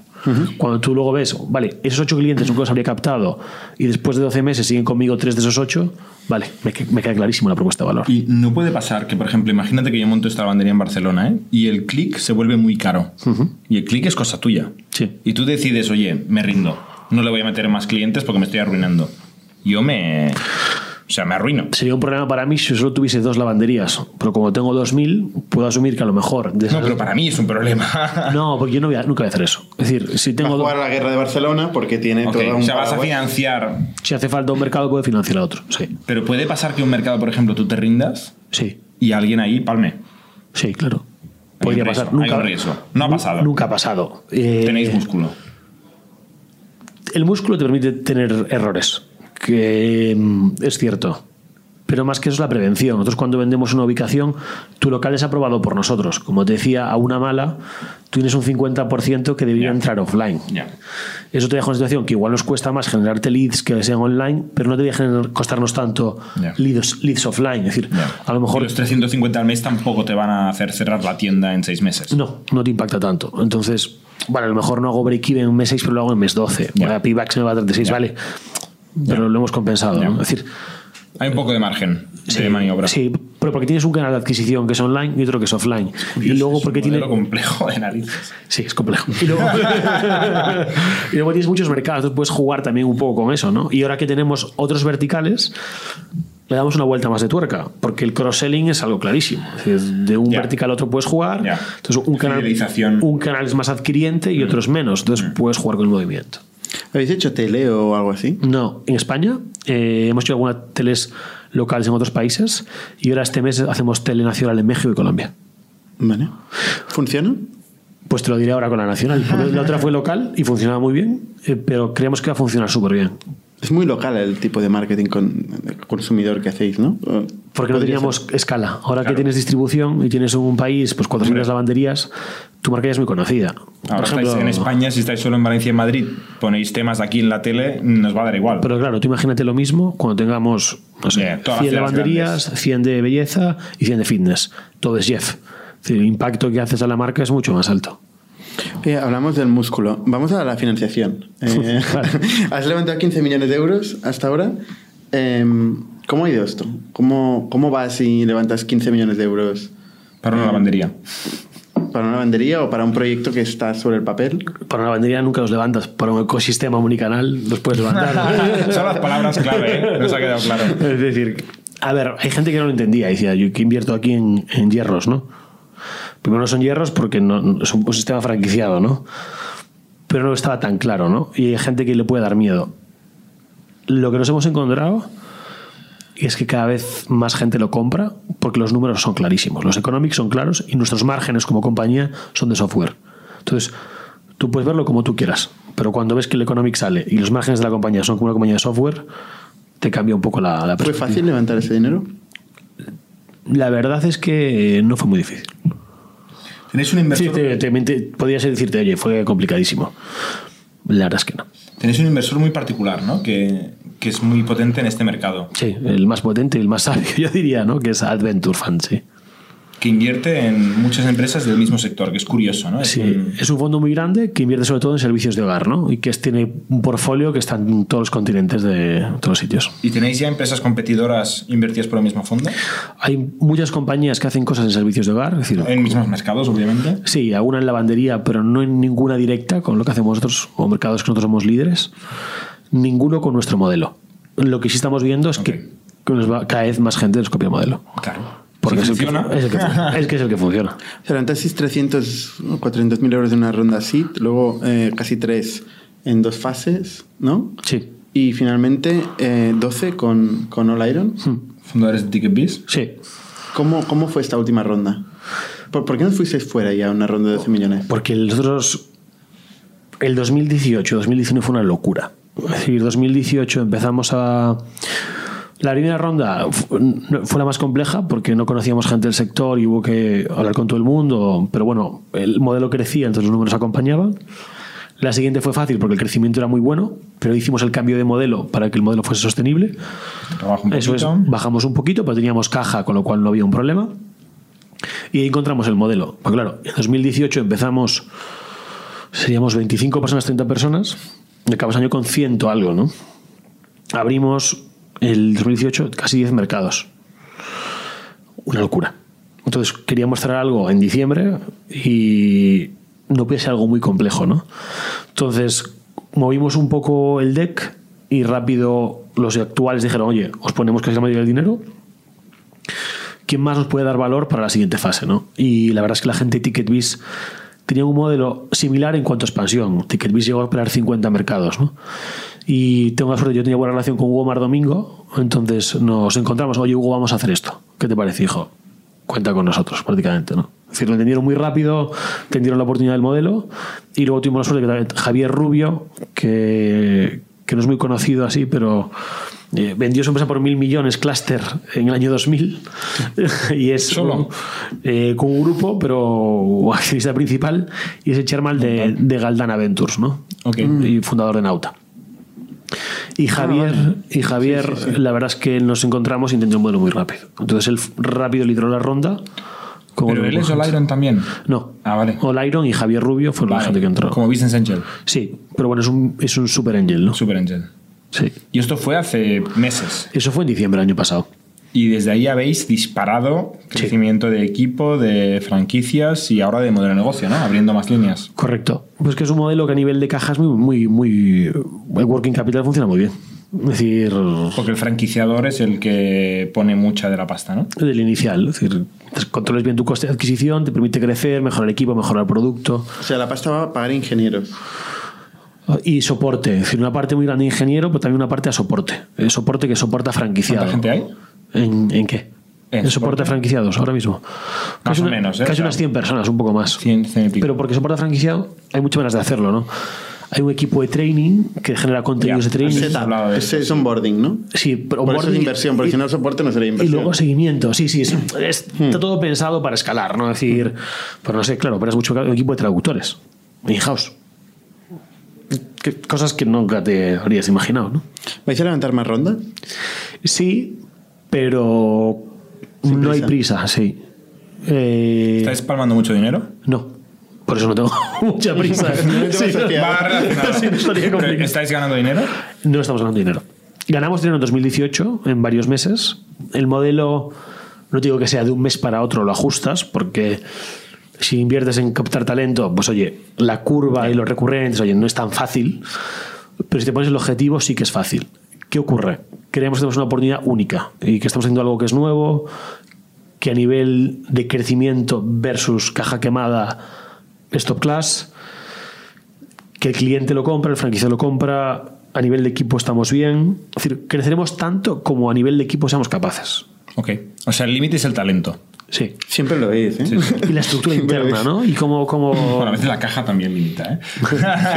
[SPEAKER 3] Cuando tú luego ves, vale, esos 8 clientes nunca los habría captado y después de 12 meses siguen conmigo 3 de esos 8, vale, me, que- me queda clarísimo la propuesta de valor.
[SPEAKER 4] Y no puede pasar que, por ejemplo, imagínate que yo monto esta lavandería en Barcelona ¿eh? y el click se vuelve muy caro. Y el click es cosa tuya.
[SPEAKER 3] Sí.
[SPEAKER 4] Y tú decides, oye, me rindo, no le voy a meter más clientes porque me estoy arruinando. Yo me. O sea, me arruino.
[SPEAKER 3] Sería un problema para mí si solo tuviese dos lavanderías, pero como tengo 2.000, puedo asumir que a lo mejor... de
[SPEAKER 4] No,
[SPEAKER 3] esas-
[SPEAKER 4] pero ah. para mí es un problema.
[SPEAKER 3] No, porque yo no voy a- nunca voy a hacer eso. Es decir, si
[SPEAKER 2] Va a
[SPEAKER 3] tengo dos...
[SPEAKER 2] jugar a la guerra de Barcelona porque tiene
[SPEAKER 4] Ok,
[SPEAKER 2] todo
[SPEAKER 4] O
[SPEAKER 2] un ¿eh?
[SPEAKER 4] sea, vas a
[SPEAKER 2] paraguas.
[SPEAKER 4] financiar.
[SPEAKER 3] Si hace falta un mercado, puede financiar a otro. Sí,
[SPEAKER 4] Pero puede pasar que un mercado, por ejemplo, tú te rindas
[SPEAKER 3] sí,
[SPEAKER 4] y alguien ahí palme.
[SPEAKER 3] sí, claro.
[SPEAKER 4] Hay
[SPEAKER 3] Podría
[SPEAKER 4] un riesgo,
[SPEAKER 3] pasar.
[SPEAKER 4] hay
[SPEAKER 3] Nunca,
[SPEAKER 4] un riesgo. No ha pasado.
[SPEAKER 3] Nunca ha pasado. Eh,
[SPEAKER 4] Tenéis músculo.
[SPEAKER 3] El músculo te permite tener errores, que mm, es cierto. Pero más que eso es la prevención. Nosotros cuando vendemos una ubicación, tu local es aprobado por nosotros. Como te decía, a una mala, tú tienes un 50% que debería
[SPEAKER 4] Ya.
[SPEAKER 3] entrar offline.
[SPEAKER 4] Ya.
[SPEAKER 3] Eso te deja una situación que igual nos cuesta más generarte leads que sean online, pero no debería generar- costarnos tanto
[SPEAKER 4] Ya.
[SPEAKER 3] leads, leads offline. Es decir,
[SPEAKER 4] Ya.
[SPEAKER 3] a lo
[SPEAKER 4] Y
[SPEAKER 3] mejor
[SPEAKER 4] Los 350 al mes tampoco te van a hacer cerrar la tienda en seis meses.
[SPEAKER 3] No, no te impacta tanto. Entonces, vale, a lo mejor no hago break-even en mes 6, pero lo hago en mes 12.
[SPEAKER 4] Ya.
[SPEAKER 3] Ahora Payback se me va a 36,
[SPEAKER 4] Ya.
[SPEAKER 3] vale. Pero lo hemos compensado.
[SPEAKER 4] Ya.
[SPEAKER 3] ¿no? Es decir,
[SPEAKER 4] Hay un poco de margen de maniobra.
[SPEAKER 3] Sí, pero porque tienes un canal de adquisición que es online y otro que es offline. y luego
[SPEAKER 4] Es un
[SPEAKER 3] porque tiene.
[SPEAKER 4] modelo complejo de narices.
[SPEAKER 3] Sí, es complejo. Y luego, y luego tienes muchos mercados, tú puedes jugar también un poco con eso, ¿no? Y ahora que tenemos otros verticales, le damos una vuelta más de tuerca, porque el cross-selling es algo clarísimo. Es decir, de un
[SPEAKER 4] Ya.
[SPEAKER 3] vertical a otro puedes jugar,
[SPEAKER 4] Ya.
[SPEAKER 3] entonces un canal,
[SPEAKER 4] Fidelización. Mm.
[SPEAKER 3] un canal es más adquiriente y otro es menos, entonces puedes jugar con el movimiento.
[SPEAKER 2] ¿Habéis hecho tele o algo así?
[SPEAKER 3] No, en España eh, hemos hecho algunas teles locales en otros países y ahora este mes hacemos tele nacional en México y Colombia.
[SPEAKER 2] Vale. ¿Funciona?
[SPEAKER 3] Pues te lo diré ahora con la nacional. porque La otra fue local y funcionaba muy bien, eh, pero creemos que va a funcionar súper bien.
[SPEAKER 2] Es muy local el tipo de marketing con, consumidor que hacéis, ¿no?
[SPEAKER 3] Porque no
[SPEAKER 2] Podría
[SPEAKER 3] teníamos
[SPEAKER 2] ser.
[SPEAKER 3] escala. Ahora
[SPEAKER 4] Claro.
[SPEAKER 3] que tienes distribución y tienes un país, pues 400
[SPEAKER 4] Hombre.
[SPEAKER 3] lavanderías, tu marca ya es muy conocida.
[SPEAKER 4] Ahora estáis en España, si estáis solo en Valencia y Madrid, ponéis temas aquí en la tele, nos va a dar igual.
[SPEAKER 3] Pero claro, tú imagínate lo mismo cuando tengamos, no sé,
[SPEAKER 4] Yeah, todas
[SPEAKER 3] 100
[SPEAKER 4] las ciudades
[SPEAKER 3] lavanderías, 100 de belleza y 100 de fitness. Todo es Jeff. Es decir, El impacto que haces a la marca es mucho más alto.
[SPEAKER 2] Eh, hablamos del músculo. Vamos a la financiación. Eh,
[SPEAKER 3] Vale.
[SPEAKER 2] has levantado 15 millones de euros hasta ahora. Em, ¿Cómo ha ido esto? ¿Cómo, ¿Cómo vas si levantas 15 millones de euros
[SPEAKER 4] Para una lavandería.
[SPEAKER 2] para una lavandería o para un proyecto que está sobre el papel?
[SPEAKER 3] Para una lavandería nunca los levantas, para un ecosistema unicanal los puedes levantar.
[SPEAKER 4] Son las palabras clave, ¿eh? nos ha quedado claro.
[SPEAKER 3] Es decir, a ver, hay gente que no lo entendía. Decía, yo que invierto aquí en, en hierros, ¿no? Primero no son hierros porque no, no- es un, un sistema franquiciado, ¿no? Pero no estaba tan claro, ¿no? Y hay gente que le puede dar miedo. Lo que nos hemos encontrado es que cada vez más gente lo compra porque los números son clarísimos, los economics son claros y nuestros márgenes como compañía son de software. Entonces, tú puedes verlo como tú quieras, pero cuando ves que el economic sale y los márgenes de la compañía son como una compañía de software, te cambia un poco la, la
[SPEAKER 2] ¿Fue
[SPEAKER 3] perspectiva.
[SPEAKER 2] fácil levantar ese dinero?
[SPEAKER 3] La verdad es que no fue muy difícil.
[SPEAKER 4] Tenéis un
[SPEAKER 3] Sí,
[SPEAKER 4] inversor,
[SPEAKER 3] te, te- te- podrías decirte, oye, fue complicadísimo. La verdad es que no.
[SPEAKER 4] tenéis un inversor muy particular, ¿no? Que, que es muy potente en este mercado.
[SPEAKER 3] Sí, el más potente y el más sabio, yo diría, ¿no? Que es Adventure Fund, sí.
[SPEAKER 4] Que invierte en muchas empresas del mismo sector, que es curioso, ¿no? Es
[SPEAKER 3] Sí,
[SPEAKER 4] un-
[SPEAKER 3] es un fondo muy grande que invierte sobre todo en servicios de hogar, ¿no? Y que es- tiene un portfolio que está en todos los continentes de todos los sitios.
[SPEAKER 4] ¿Y tenéis ya empresas competidoras invertidas por el mismo fondo?
[SPEAKER 3] Hay muchas compañías que hacen cosas en servicios de hogar, es decir,
[SPEAKER 4] En mismos mercados, obviamente.
[SPEAKER 3] sí, alguna en lavandería, pero no en ninguna directa con lo que hacemos nosotros o mercados que nosotros somos líderes, ninguno con nuestro modelo. Lo que sí estamos viendo es que- que nos va- cada vez más gente nos copia el modelo.
[SPEAKER 4] Claro.
[SPEAKER 3] Porque
[SPEAKER 4] Si
[SPEAKER 3] es, el que-
[SPEAKER 4] funciona.
[SPEAKER 3] es el que, fu- es que es el que funciona.
[SPEAKER 2] O sea, levantasteis 300 o 400 mil euros en una ronda SIT, luego eh, casi 3 en dos fases, ¿no?
[SPEAKER 3] Sí,
[SPEAKER 2] Y finalmente eh, 12 con, con All Iron.
[SPEAKER 4] Fundadores de Ticket Biz.
[SPEAKER 3] sí.
[SPEAKER 2] ¿Cómo, ¿Cómo fue esta última ronda? ¿Por, por qué no fuisteis fuera ya a una ronda de 12 millones?
[SPEAKER 3] Porque nosotros. El 2018, 2019 fue una locura. Es decir, 2018 empezamos a. La primera ronda fu- no- fue la más compleja porque no conocíamos gente del sector y hubo que hablar con todo el mundo. Pero bueno, el modelo crecía, entonces los números acompañaban. La siguiente fue fácil porque el crecimiento era muy bueno, pero hicimos el cambio de modelo para que el modelo fuese sostenible.
[SPEAKER 4] Trabajo un
[SPEAKER 3] Eso es,
[SPEAKER 4] poquito.
[SPEAKER 3] bajamos un poquito, pero teníamos caja, con lo cual no había un problema. Y ahí encontramos el modelo. Pues claro, en 2018 empezamos, seríamos 25 personas, 30 personas, y acabas año con 100 algo, ¿no? Abrimos el 2018 casi 10 mercados. Una locura. Entonces queríamos cerrar algo en diciembre y no puede ser algo muy complejo, ¿no? Entonces movimos un poco el deck y rápido los actuales dijeron, oye, os ponemos casi la mayoría del dinero. ¿Quién más nos puede dar valor para la siguiente fase? ¿no? Y la verdad es que la gente de TicketBiz tenía un modelo similar en cuanto a expansión. TicketBiz llegó a operar 50 mercados. ¿no? Y tengo la suerte, yo tenía buena relación con Hugo Mar Domingo, entonces nos encontramos, oye Hugo, vamos a hacer esto. ¿Qué te parece, hijo? Cuenta con nosotros prácticamente. ¿no? Es decir, lo entendieron muy rápido, entendieron la oportunidad del modelo y luego tuvimos la suerte que también Javier Rubio, que, que no es muy conocido así, pero eh, vendió su empresa por mil millones, Cluster, en el año 2000. y es
[SPEAKER 4] Solo.
[SPEAKER 3] un- eh, con un grupo, pero accionista principal, y es el chairman de, de Galdana Ventures, ¿no?
[SPEAKER 4] Ok.
[SPEAKER 3] Y fundador de Nauta. Y Javier,
[SPEAKER 4] Ah,
[SPEAKER 3] y Javier la verdad es que nos encontramos y entendió un modelo muy rápido. Entonces él f- rápido lideró la ronda. con
[SPEAKER 4] Pero
[SPEAKER 3] otro
[SPEAKER 4] él es
[SPEAKER 3] grupo de
[SPEAKER 4] All
[SPEAKER 3] gente.
[SPEAKER 4] Iron también.
[SPEAKER 3] No.
[SPEAKER 4] Ah, vale.
[SPEAKER 3] Olairon y Javier Rubio fueron la
[SPEAKER 4] Vale,
[SPEAKER 3] gente que entró.
[SPEAKER 4] Como Business Angel.
[SPEAKER 3] Sí, pero bueno, es un, es un super angel, ¿no?
[SPEAKER 4] Super Angel.
[SPEAKER 3] Sí.
[SPEAKER 4] Y esto fue hace meses.
[SPEAKER 3] Eso fue en diciembre del año pasado.
[SPEAKER 4] Y desde ahí habéis disparado
[SPEAKER 3] Sí.
[SPEAKER 4] crecimiento de equipo, de franquicias y ahora de modelo de negocio, ¿no? Abriendo más líneas.
[SPEAKER 3] Correcto. Pues que es un modelo que a nivel de caja es muy, muy, muy. El working capital funciona muy bien. Es decir,
[SPEAKER 4] Porque el franquiciador es el que pone mucha de la pasta, ¿no?
[SPEAKER 3] del inicial. Es decir, mientras controles bien tu coste de adquisición, te permite crecer, mejorar el equipo, mejorar el producto
[SPEAKER 2] O sea, la pasta va a pagar ingenieros.
[SPEAKER 3] y soporte. Es decir, una parte muy grande de ingeniero, pero también una parte a soporte. El soporte que soporta franquiciado.
[SPEAKER 4] ¿Cuánta gente hay?
[SPEAKER 3] ¿En, en qué?
[SPEAKER 4] En
[SPEAKER 3] En, soporte
[SPEAKER 4] soporte.
[SPEAKER 3] a franquiciados, ahora mismo. Casi
[SPEAKER 4] o
[SPEAKER 3] una-
[SPEAKER 4] menos, ¿eh?
[SPEAKER 3] Casi
[SPEAKER 4] O sea,
[SPEAKER 3] unas 100 personas, un poco más.
[SPEAKER 4] 100, 100 y pico.
[SPEAKER 3] Pero porque soporta franquiciado, hay muchas maneras de hacerlo, ¿no? Hay un equipo de training que genera contenidos
[SPEAKER 4] Ya,
[SPEAKER 3] de training.
[SPEAKER 4] Sí, has hablado de
[SPEAKER 2] Ese es onboarding, ¿no?
[SPEAKER 3] Sí, pero
[SPEAKER 2] Por eso es
[SPEAKER 3] onboarding-
[SPEAKER 2] inversión, porque
[SPEAKER 3] y-
[SPEAKER 2] si no soporte no sería
[SPEAKER 3] Y
[SPEAKER 2] inversión.
[SPEAKER 3] luego seguimiento, sí, sí, es- es- está todo pensado para escalar, ¿no? Es decir, pues no sé, claro, pero es mucho un equipo de traductores, in-house. Que- cosas que nunca te habrías imaginado, ¿no?
[SPEAKER 2] ¿Vais a levantar más ronda?
[SPEAKER 3] Sí, pero no hay prisa, sí. Eh,
[SPEAKER 4] ¿Estáis palmando mucho dinero?
[SPEAKER 3] no, por eso no tengo mucha prisa.
[SPEAKER 2] No te
[SPEAKER 3] Sí,
[SPEAKER 2] vas a fiar.
[SPEAKER 4] Va relacionado.
[SPEAKER 3] sí, no estaría
[SPEAKER 4] Pero,
[SPEAKER 3] complicado.
[SPEAKER 4] ¿Estáis ganando dinero?
[SPEAKER 3] No estamos ganando dinero. Ganamos dinero en 2018, en varios meses. El modelo, no digo que sea de un mes para otro, lo ajustas, porque si inviertes en captar talento, pues oye, la curva y los recurrentes, oye, no es tan fácil. Pero si te pones el objetivo, sí que es fácil. ¿Qué ocurre? Creemos que tenemos una oportunidad única y que estamos haciendo algo que es nuevo, que a nivel de crecimiento versus caja quemada es top class, que el cliente lo compra, el franquiciado lo compra, a nivel de equipo estamos bien. Es decir, creceremos tanto como a nivel de equipo seamos capaces.
[SPEAKER 4] Ok. O sea, el límite es el talento.
[SPEAKER 3] Sí.
[SPEAKER 2] Siempre lo veis, ¿eh?
[SPEAKER 4] Sí, sí.
[SPEAKER 3] Y la estructura interna, ¿no? Y como... como...
[SPEAKER 4] Bueno, a veces la caja también limita, ¿eh?
[SPEAKER 2] Sí,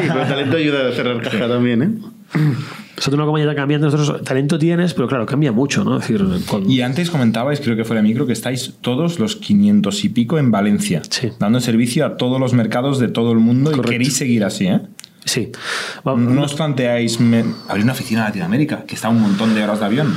[SPEAKER 2] pero el talento ayuda a cerrar caja también, ¿eh?
[SPEAKER 3] O sea, tú en una compañía está cambiando, nosotros talento tienes, pero claro, cambia mucho, ¿no? Es decir, con-
[SPEAKER 4] Y antes comentabais, creo que fuera de micro, que estáis todos los 500 y pico en Valencia,
[SPEAKER 3] Sí.
[SPEAKER 4] dando servicio a todos los mercados de todo el mundo
[SPEAKER 3] Correcto.
[SPEAKER 4] y queréis seguir así, ¿eh?
[SPEAKER 3] Sí. Va-
[SPEAKER 4] No os planteáis me- abrir una oficina en Latinoamérica, que está a un montón de horas de avión.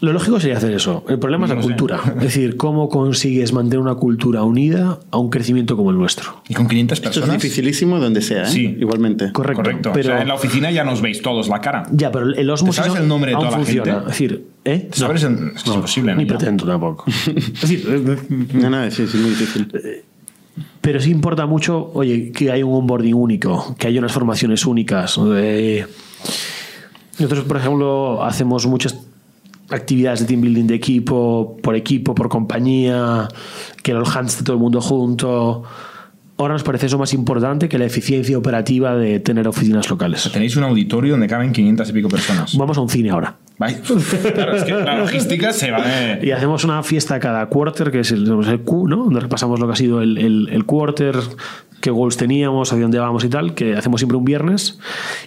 [SPEAKER 3] Lo lógico sería hacer eso. El problema es
[SPEAKER 4] No
[SPEAKER 3] la
[SPEAKER 4] sé.
[SPEAKER 3] cultura. Es decir, cómo consigues mantener una cultura unida a un crecimiento como el nuestro.
[SPEAKER 4] Y con 500
[SPEAKER 2] Esto es
[SPEAKER 4] personas.
[SPEAKER 2] dificilísimo donde sea, ¿eh?
[SPEAKER 4] Sí.
[SPEAKER 2] Igualmente.
[SPEAKER 3] Correcto.
[SPEAKER 4] Correcto.
[SPEAKER 3] Pero,
[SPEAKER 4] O sea, en la oficina ya nos veis todos la cara.
[SPEAKER 3] Ya, pero el Osmos
[SPEAKER 4] ¿Te sabes el nombre de
[SPEAKER 3] aún
[SPEAKER 4] toda la
[SPEAKER 3] funciona.
[SPEAKER 4] gente?
[SPEAKER 3] Es decir, ¿eh? No.
[SPEAKER 4] ¿Sabes? el- Es que es imposible, ¿no?
[SPEAKER 3] Ni
[SPEAKER 4] Ya.
[SPEAKER 3] pretendo tampoco. es decir,
[SPEAKER 2] No, no, sí, sí, muy difícil.
[SPEAKER 3] Pero sí importa mucho, oye, que hay un onboarding único, que hay unas formaciones únicas. eh, nosotros, por ejemplo, hacemos muchas actividades de team building de equipo, por equipo, por compañía, que los hands de todo el mundo junto. Ahora nos parece eso más importante que la eficiencia operativa de tener oficinas locales.
[SPEAKER 4] Tenéis un auditorio donde caben 500 y pico personas.
[SPEAKER 3] Vamos a un cine ahora.
[SPEAKER 4] Vais- Claro, es que la logística se va eh. de...
[SPEAKER 3] Y hacemos una fiesta cada quarter, que es el, el Q, ¿no? Donde repasamos lo que ha sido el, el- el quarter, qué goals teníamos, hacia dónde vamos y tal, que hacemos siempre un viernes.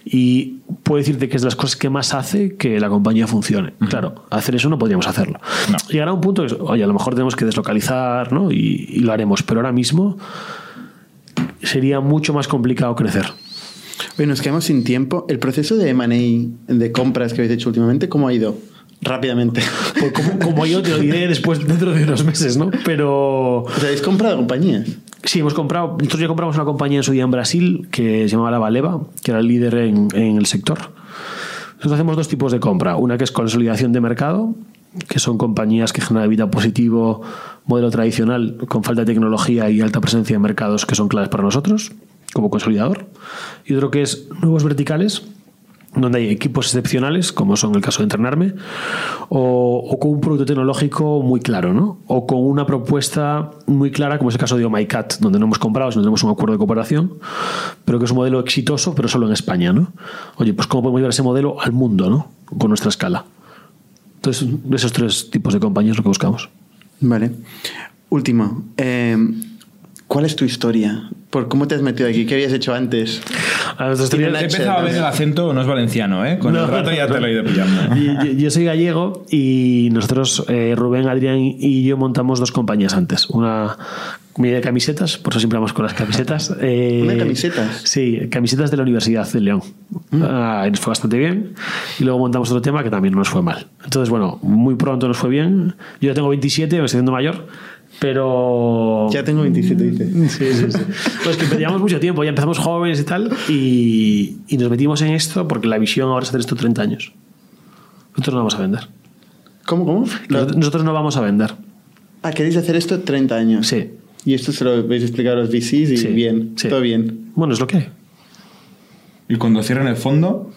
[SPEAKER 3] Y puedo decirte que es de las cosas que más hace que la compañía funcione. Claro, hacer eso no podríamos hacerlo.
[SPEAKER 4] No.
[SPEAKER 3] Llegará un punto que, es, oye, a lo mejor tenemos que deslocalizar, ¿no? Y, y lo haremos, pero ahora mismo sería mucho más complicado crecer.
[SPEAKER 2] Oye, nos quedamos sin tiempo. El proceso de M&A, de compras que habéis hecho últimamente, ¿cómo ha ido? Rápidamente.
[SPEAKER 3] Pues como, como yo te lo diré después dentro de unos meses, ¿no? Pero...
[SPEAKER 2] O sea, habéis comprado compañías.
[SPEAKER 3] Sí, hemos comprado. Nosotros ya compramos una compañía en su día en Brasil que se llamaba La Valeva, que era el líder en, en el sector. Nosotros hacemos dos tipos de compra. Una que es consolidación de mercado, que son compañías que generan vida positivo, modelo tradicional, con falta de tecnología y alta presencia en mercados que son claves para nosotros, como consolidador. Y otro que es nuevos verticales, donde hay equipos excepcionales, como son el caso de entrenarme, o, o con un producto tecnológico muy claro, ¿no? O con una propuesta muy clara, como es el caso de OMICAT, donde no hemos comprado, sino tenemos un acuerdo de cooperación, pero que es un modelo exitoso, pero solo en España, ¿no? Oye, pues cómo podemos llevar ese modelo al mundo, ¿no? Con nuestra escala. Entonces, de esos tres tipos de compañías lo que buscamos.
[SPEAKER 2] Vale. Último. eh, ¿Cuál es tu historia? ¿Por cómo te has metido aquí? ¿Qué habías hecho antes?
[SPEAKER 3] A nuestros tres-
[SPEAKER 2] Tiene
[SPEAKER 4] He empezado a ver el acento, no es valenciano, ¿eh? Con
[SPEAKER 3] No,
[SPEAKER 4] el rato ya te lo he ido pillando.
[SPEAKER 3] Y- yo, yo soy gallego y nosotros, eh, Rubén, Adrián y yo montamos dos compañías antes. Una compañía de camisetas, por eso siempre vamos con las camisetas. eh,
[SPEAKER 2] ¿Una de camisetas? Mm.
[SPEAKER 3] Sí, camisetas de la Universidad de León. Ah, y nos fue bastante bien. Y luego montamos otro tema que también no nos fue mal. Entonces, bueno, muy pronto nos fue bien. Yo ya tengo 27, me estoy haciendo mayor. Pero.
[SPEAKER 2] Ya tengo 27, dice.
[SPEAKER 3] Sí, sí, sí. No, es que llevamos mucho tiempo, ya empezamos jóvenes y tal, y, y nos metimos en esto porque la visión ahora es hacer esto 30 años. Nosotros no vamos a vender.
[SPEAKER 2] ¿Cómo, cómo? Lo-
[SPEAKER 3] Nosotros- Nosotros no vamos a vender.
[SPEAKER 2] Ah, queréis hacer esto 30 años.
[SPEAKER 3] Sí.
[SPEAKER 2] Y esto se lo vais a explicar a los VCs y
[SPEAKER 3] Sí,
[SPEAKER 2] bien,
[SPEAKER 3] sí.
[SPEAKER 2] todo bien.
[SPEAKER 3] Bueno, es lo que hay.
[SPEAKER 4] Y cuando cierren el fondo,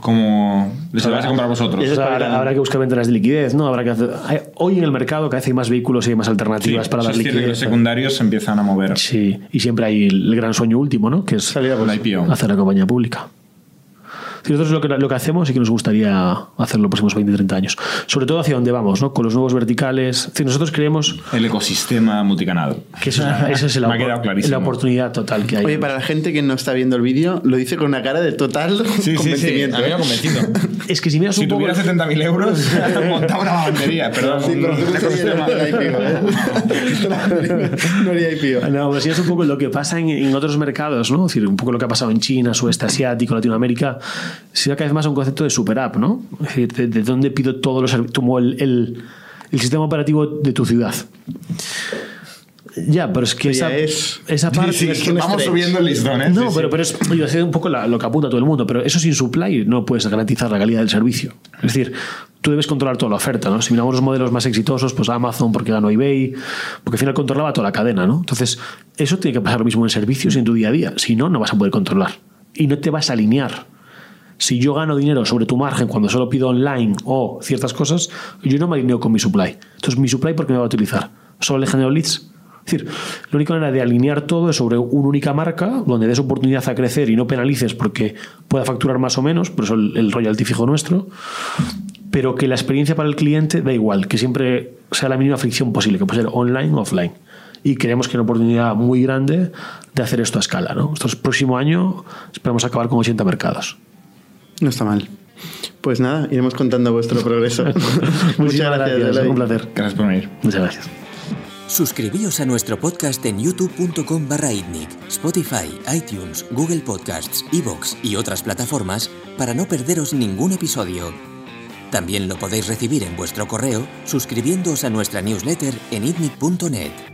[SPEAKER 4] como les
[SPEAKER 3] Ahora-
[SPEAKER 4] vais a comprar vosotros.
[SPEAKER 2] Eso
[SPEAKER 3] O sea,
[SPEAKER 2] es para
[SPEAKER 3] habrá,
[SPEAKER 2] ganar.
[SPEAKER 3] habrá que buscar ventanas de liquidez, ¿no? Habrá que hacer- hay- hoy en el mercado cada vez hay más vehículos y hay más
[SPEAKER 4] Sí,
[SPEAKER 3] alternativas para
[SPEAKER 4] eso
[SPEAKER 3] dar
[SPEAKER 4] es cierto que
[SPEAKER 3] liquidez.
[SPEAKER 4] los secundarios se empiezan a mover.
[SPEAKER 3] Sí, y siempre hay el, el gran sueño último, ¿no? Que es
[SPEAKER 2] Salir a
[SPEAKER 4] Con la
[SPEAKER 2] bolsa.
[SPEAKER 4] IPO.
[SPEAKER 3] hacer la compañía pública. Sí, nosotros lo que, lo que hacemos y que nos gustaría hacer los próximos 20, 30 años. Sobre todo hacia dónde vamos, ¿no? Con los nuevos verticales. Es decir, nosotros creemos
[SPEAKER 4] El ecosistema multicanal.
[SPEAKER 3] que eso, es- esa es la,
[SPEAKER 4] Me ha quedado clarísimo.
[SPEAKER 3] la oportunidad total que hay.
[SPEAKER 2] Oye, para la gente que no está viendo el vídeo, lo dice con una cara de total
[SPEAKER 4] Sí, sí, sí.
[SPEAKER 2] convencimiento. ¿eh?
[SPEAKER 4] A mí me ha convencido.
[SPEAKER 3] Es que si miras
[SPEAKER 4] Si
[SPEAKER 3] un poco...
[SPEAKER 4] tuviera 70.000 euros, montaba una bandería. Perdón,
[SPEAKER 2] Sí, pero tú
[SPEAKER 4] un
[SPEAKER 2] no serías
[SPEAKER 4] ecosistema.
[SPEAKER 2] la IPO, ¿eh? No haría IPO.
[SPEAKER 3] No, pues sí es un poco lo que pasa en, en otros mercados, ¿no? Es decir, un poco lo que ha pasado en China, sudeste asiático, Latinoamérica. Se da cada vez más a un concepto de super app, ¿no? Es decir, de, de dónde pido todos los servi- como el, el- el sistema operativo de tu ciudad. Ya, pero es que
[SPEAKER 2] Pero ya
[SPEAKER 3] esa,
[SPEAKER 2] es-
[SPEAKER 3] esa
[SPEAKER 4] Sí,
[SPEAKER 3] parte.
[SPEAKER 4] sí,
[SPEAKER 2] es que un
[SPEAKER 4] vamos
[SPEAKER 2] stretch.
[SPEAKER 4] subiendo el listón, ¿eh?
[SPEAKER 3] No,
[SPEAKER 4] Sí, sí.
[SPEAKER 3] pero, pero es yo sé un poco la- lo que apunta todo el mundo, pero eso sin supply no puedes garantizar la calidad del servicio. Es decir, tú debes controlar toda la oferta, ¿no? Si miramos los modelos más exitosos, pues Amazon porque ganó eBay, porque al final controlaba toda la cadena, ¿no? Entonces, eso tiene que pasar lo mismo en servicios y en tu día a día, si no, no vas a poder controlar y no te vas a alinear. Si yo gano dinero sobre tu margen cuando solo pido online o ciertas cosas, yo no me alineo con mi supply. Entonces, mi supply, ¿por qué me va a utilizar? ¿Solo le genero leads? Es decir, la única manera de alinear todo es sobre una única marca donde des oportunidad a crecer y no penalices porque pueda facturar más o menos, por eso el, el royalty fijo nuestro, pero que la experiencia para el cliente da igual, que siempre sea la mínima fricción posible, que puede ser online o offline. Y creemos que hay una oportunidad muy grande de hacer esto a escala. ¿no? Estos próximo año esperamos acabar con 80 mercados.
[SPEAKER 2] No está mal. Pues nada, iremos contando vuestro progreso. Muchas
[SPEAKER 3] Muchísimas
[SPEAKER 2] gracias,
[SPEAKER 3] gracias.
[SPEAKER 2] Eloy.
[SPEAKER 3] Un placer.
[SPEAKER 4] Gracias por venir.
[SPEAKER 3] Muchas gracias.
[SPEAKER 1] Suscribíos a nuestro podcast en youtube.com barra itnic, Spotify, iTunes, Google Podcasts, Evox y otras plataformas para no perderos ningún episodio. También lo podéis recibir en vuestro correo suscribiéndoos a nuestra newsletter en itnic.net.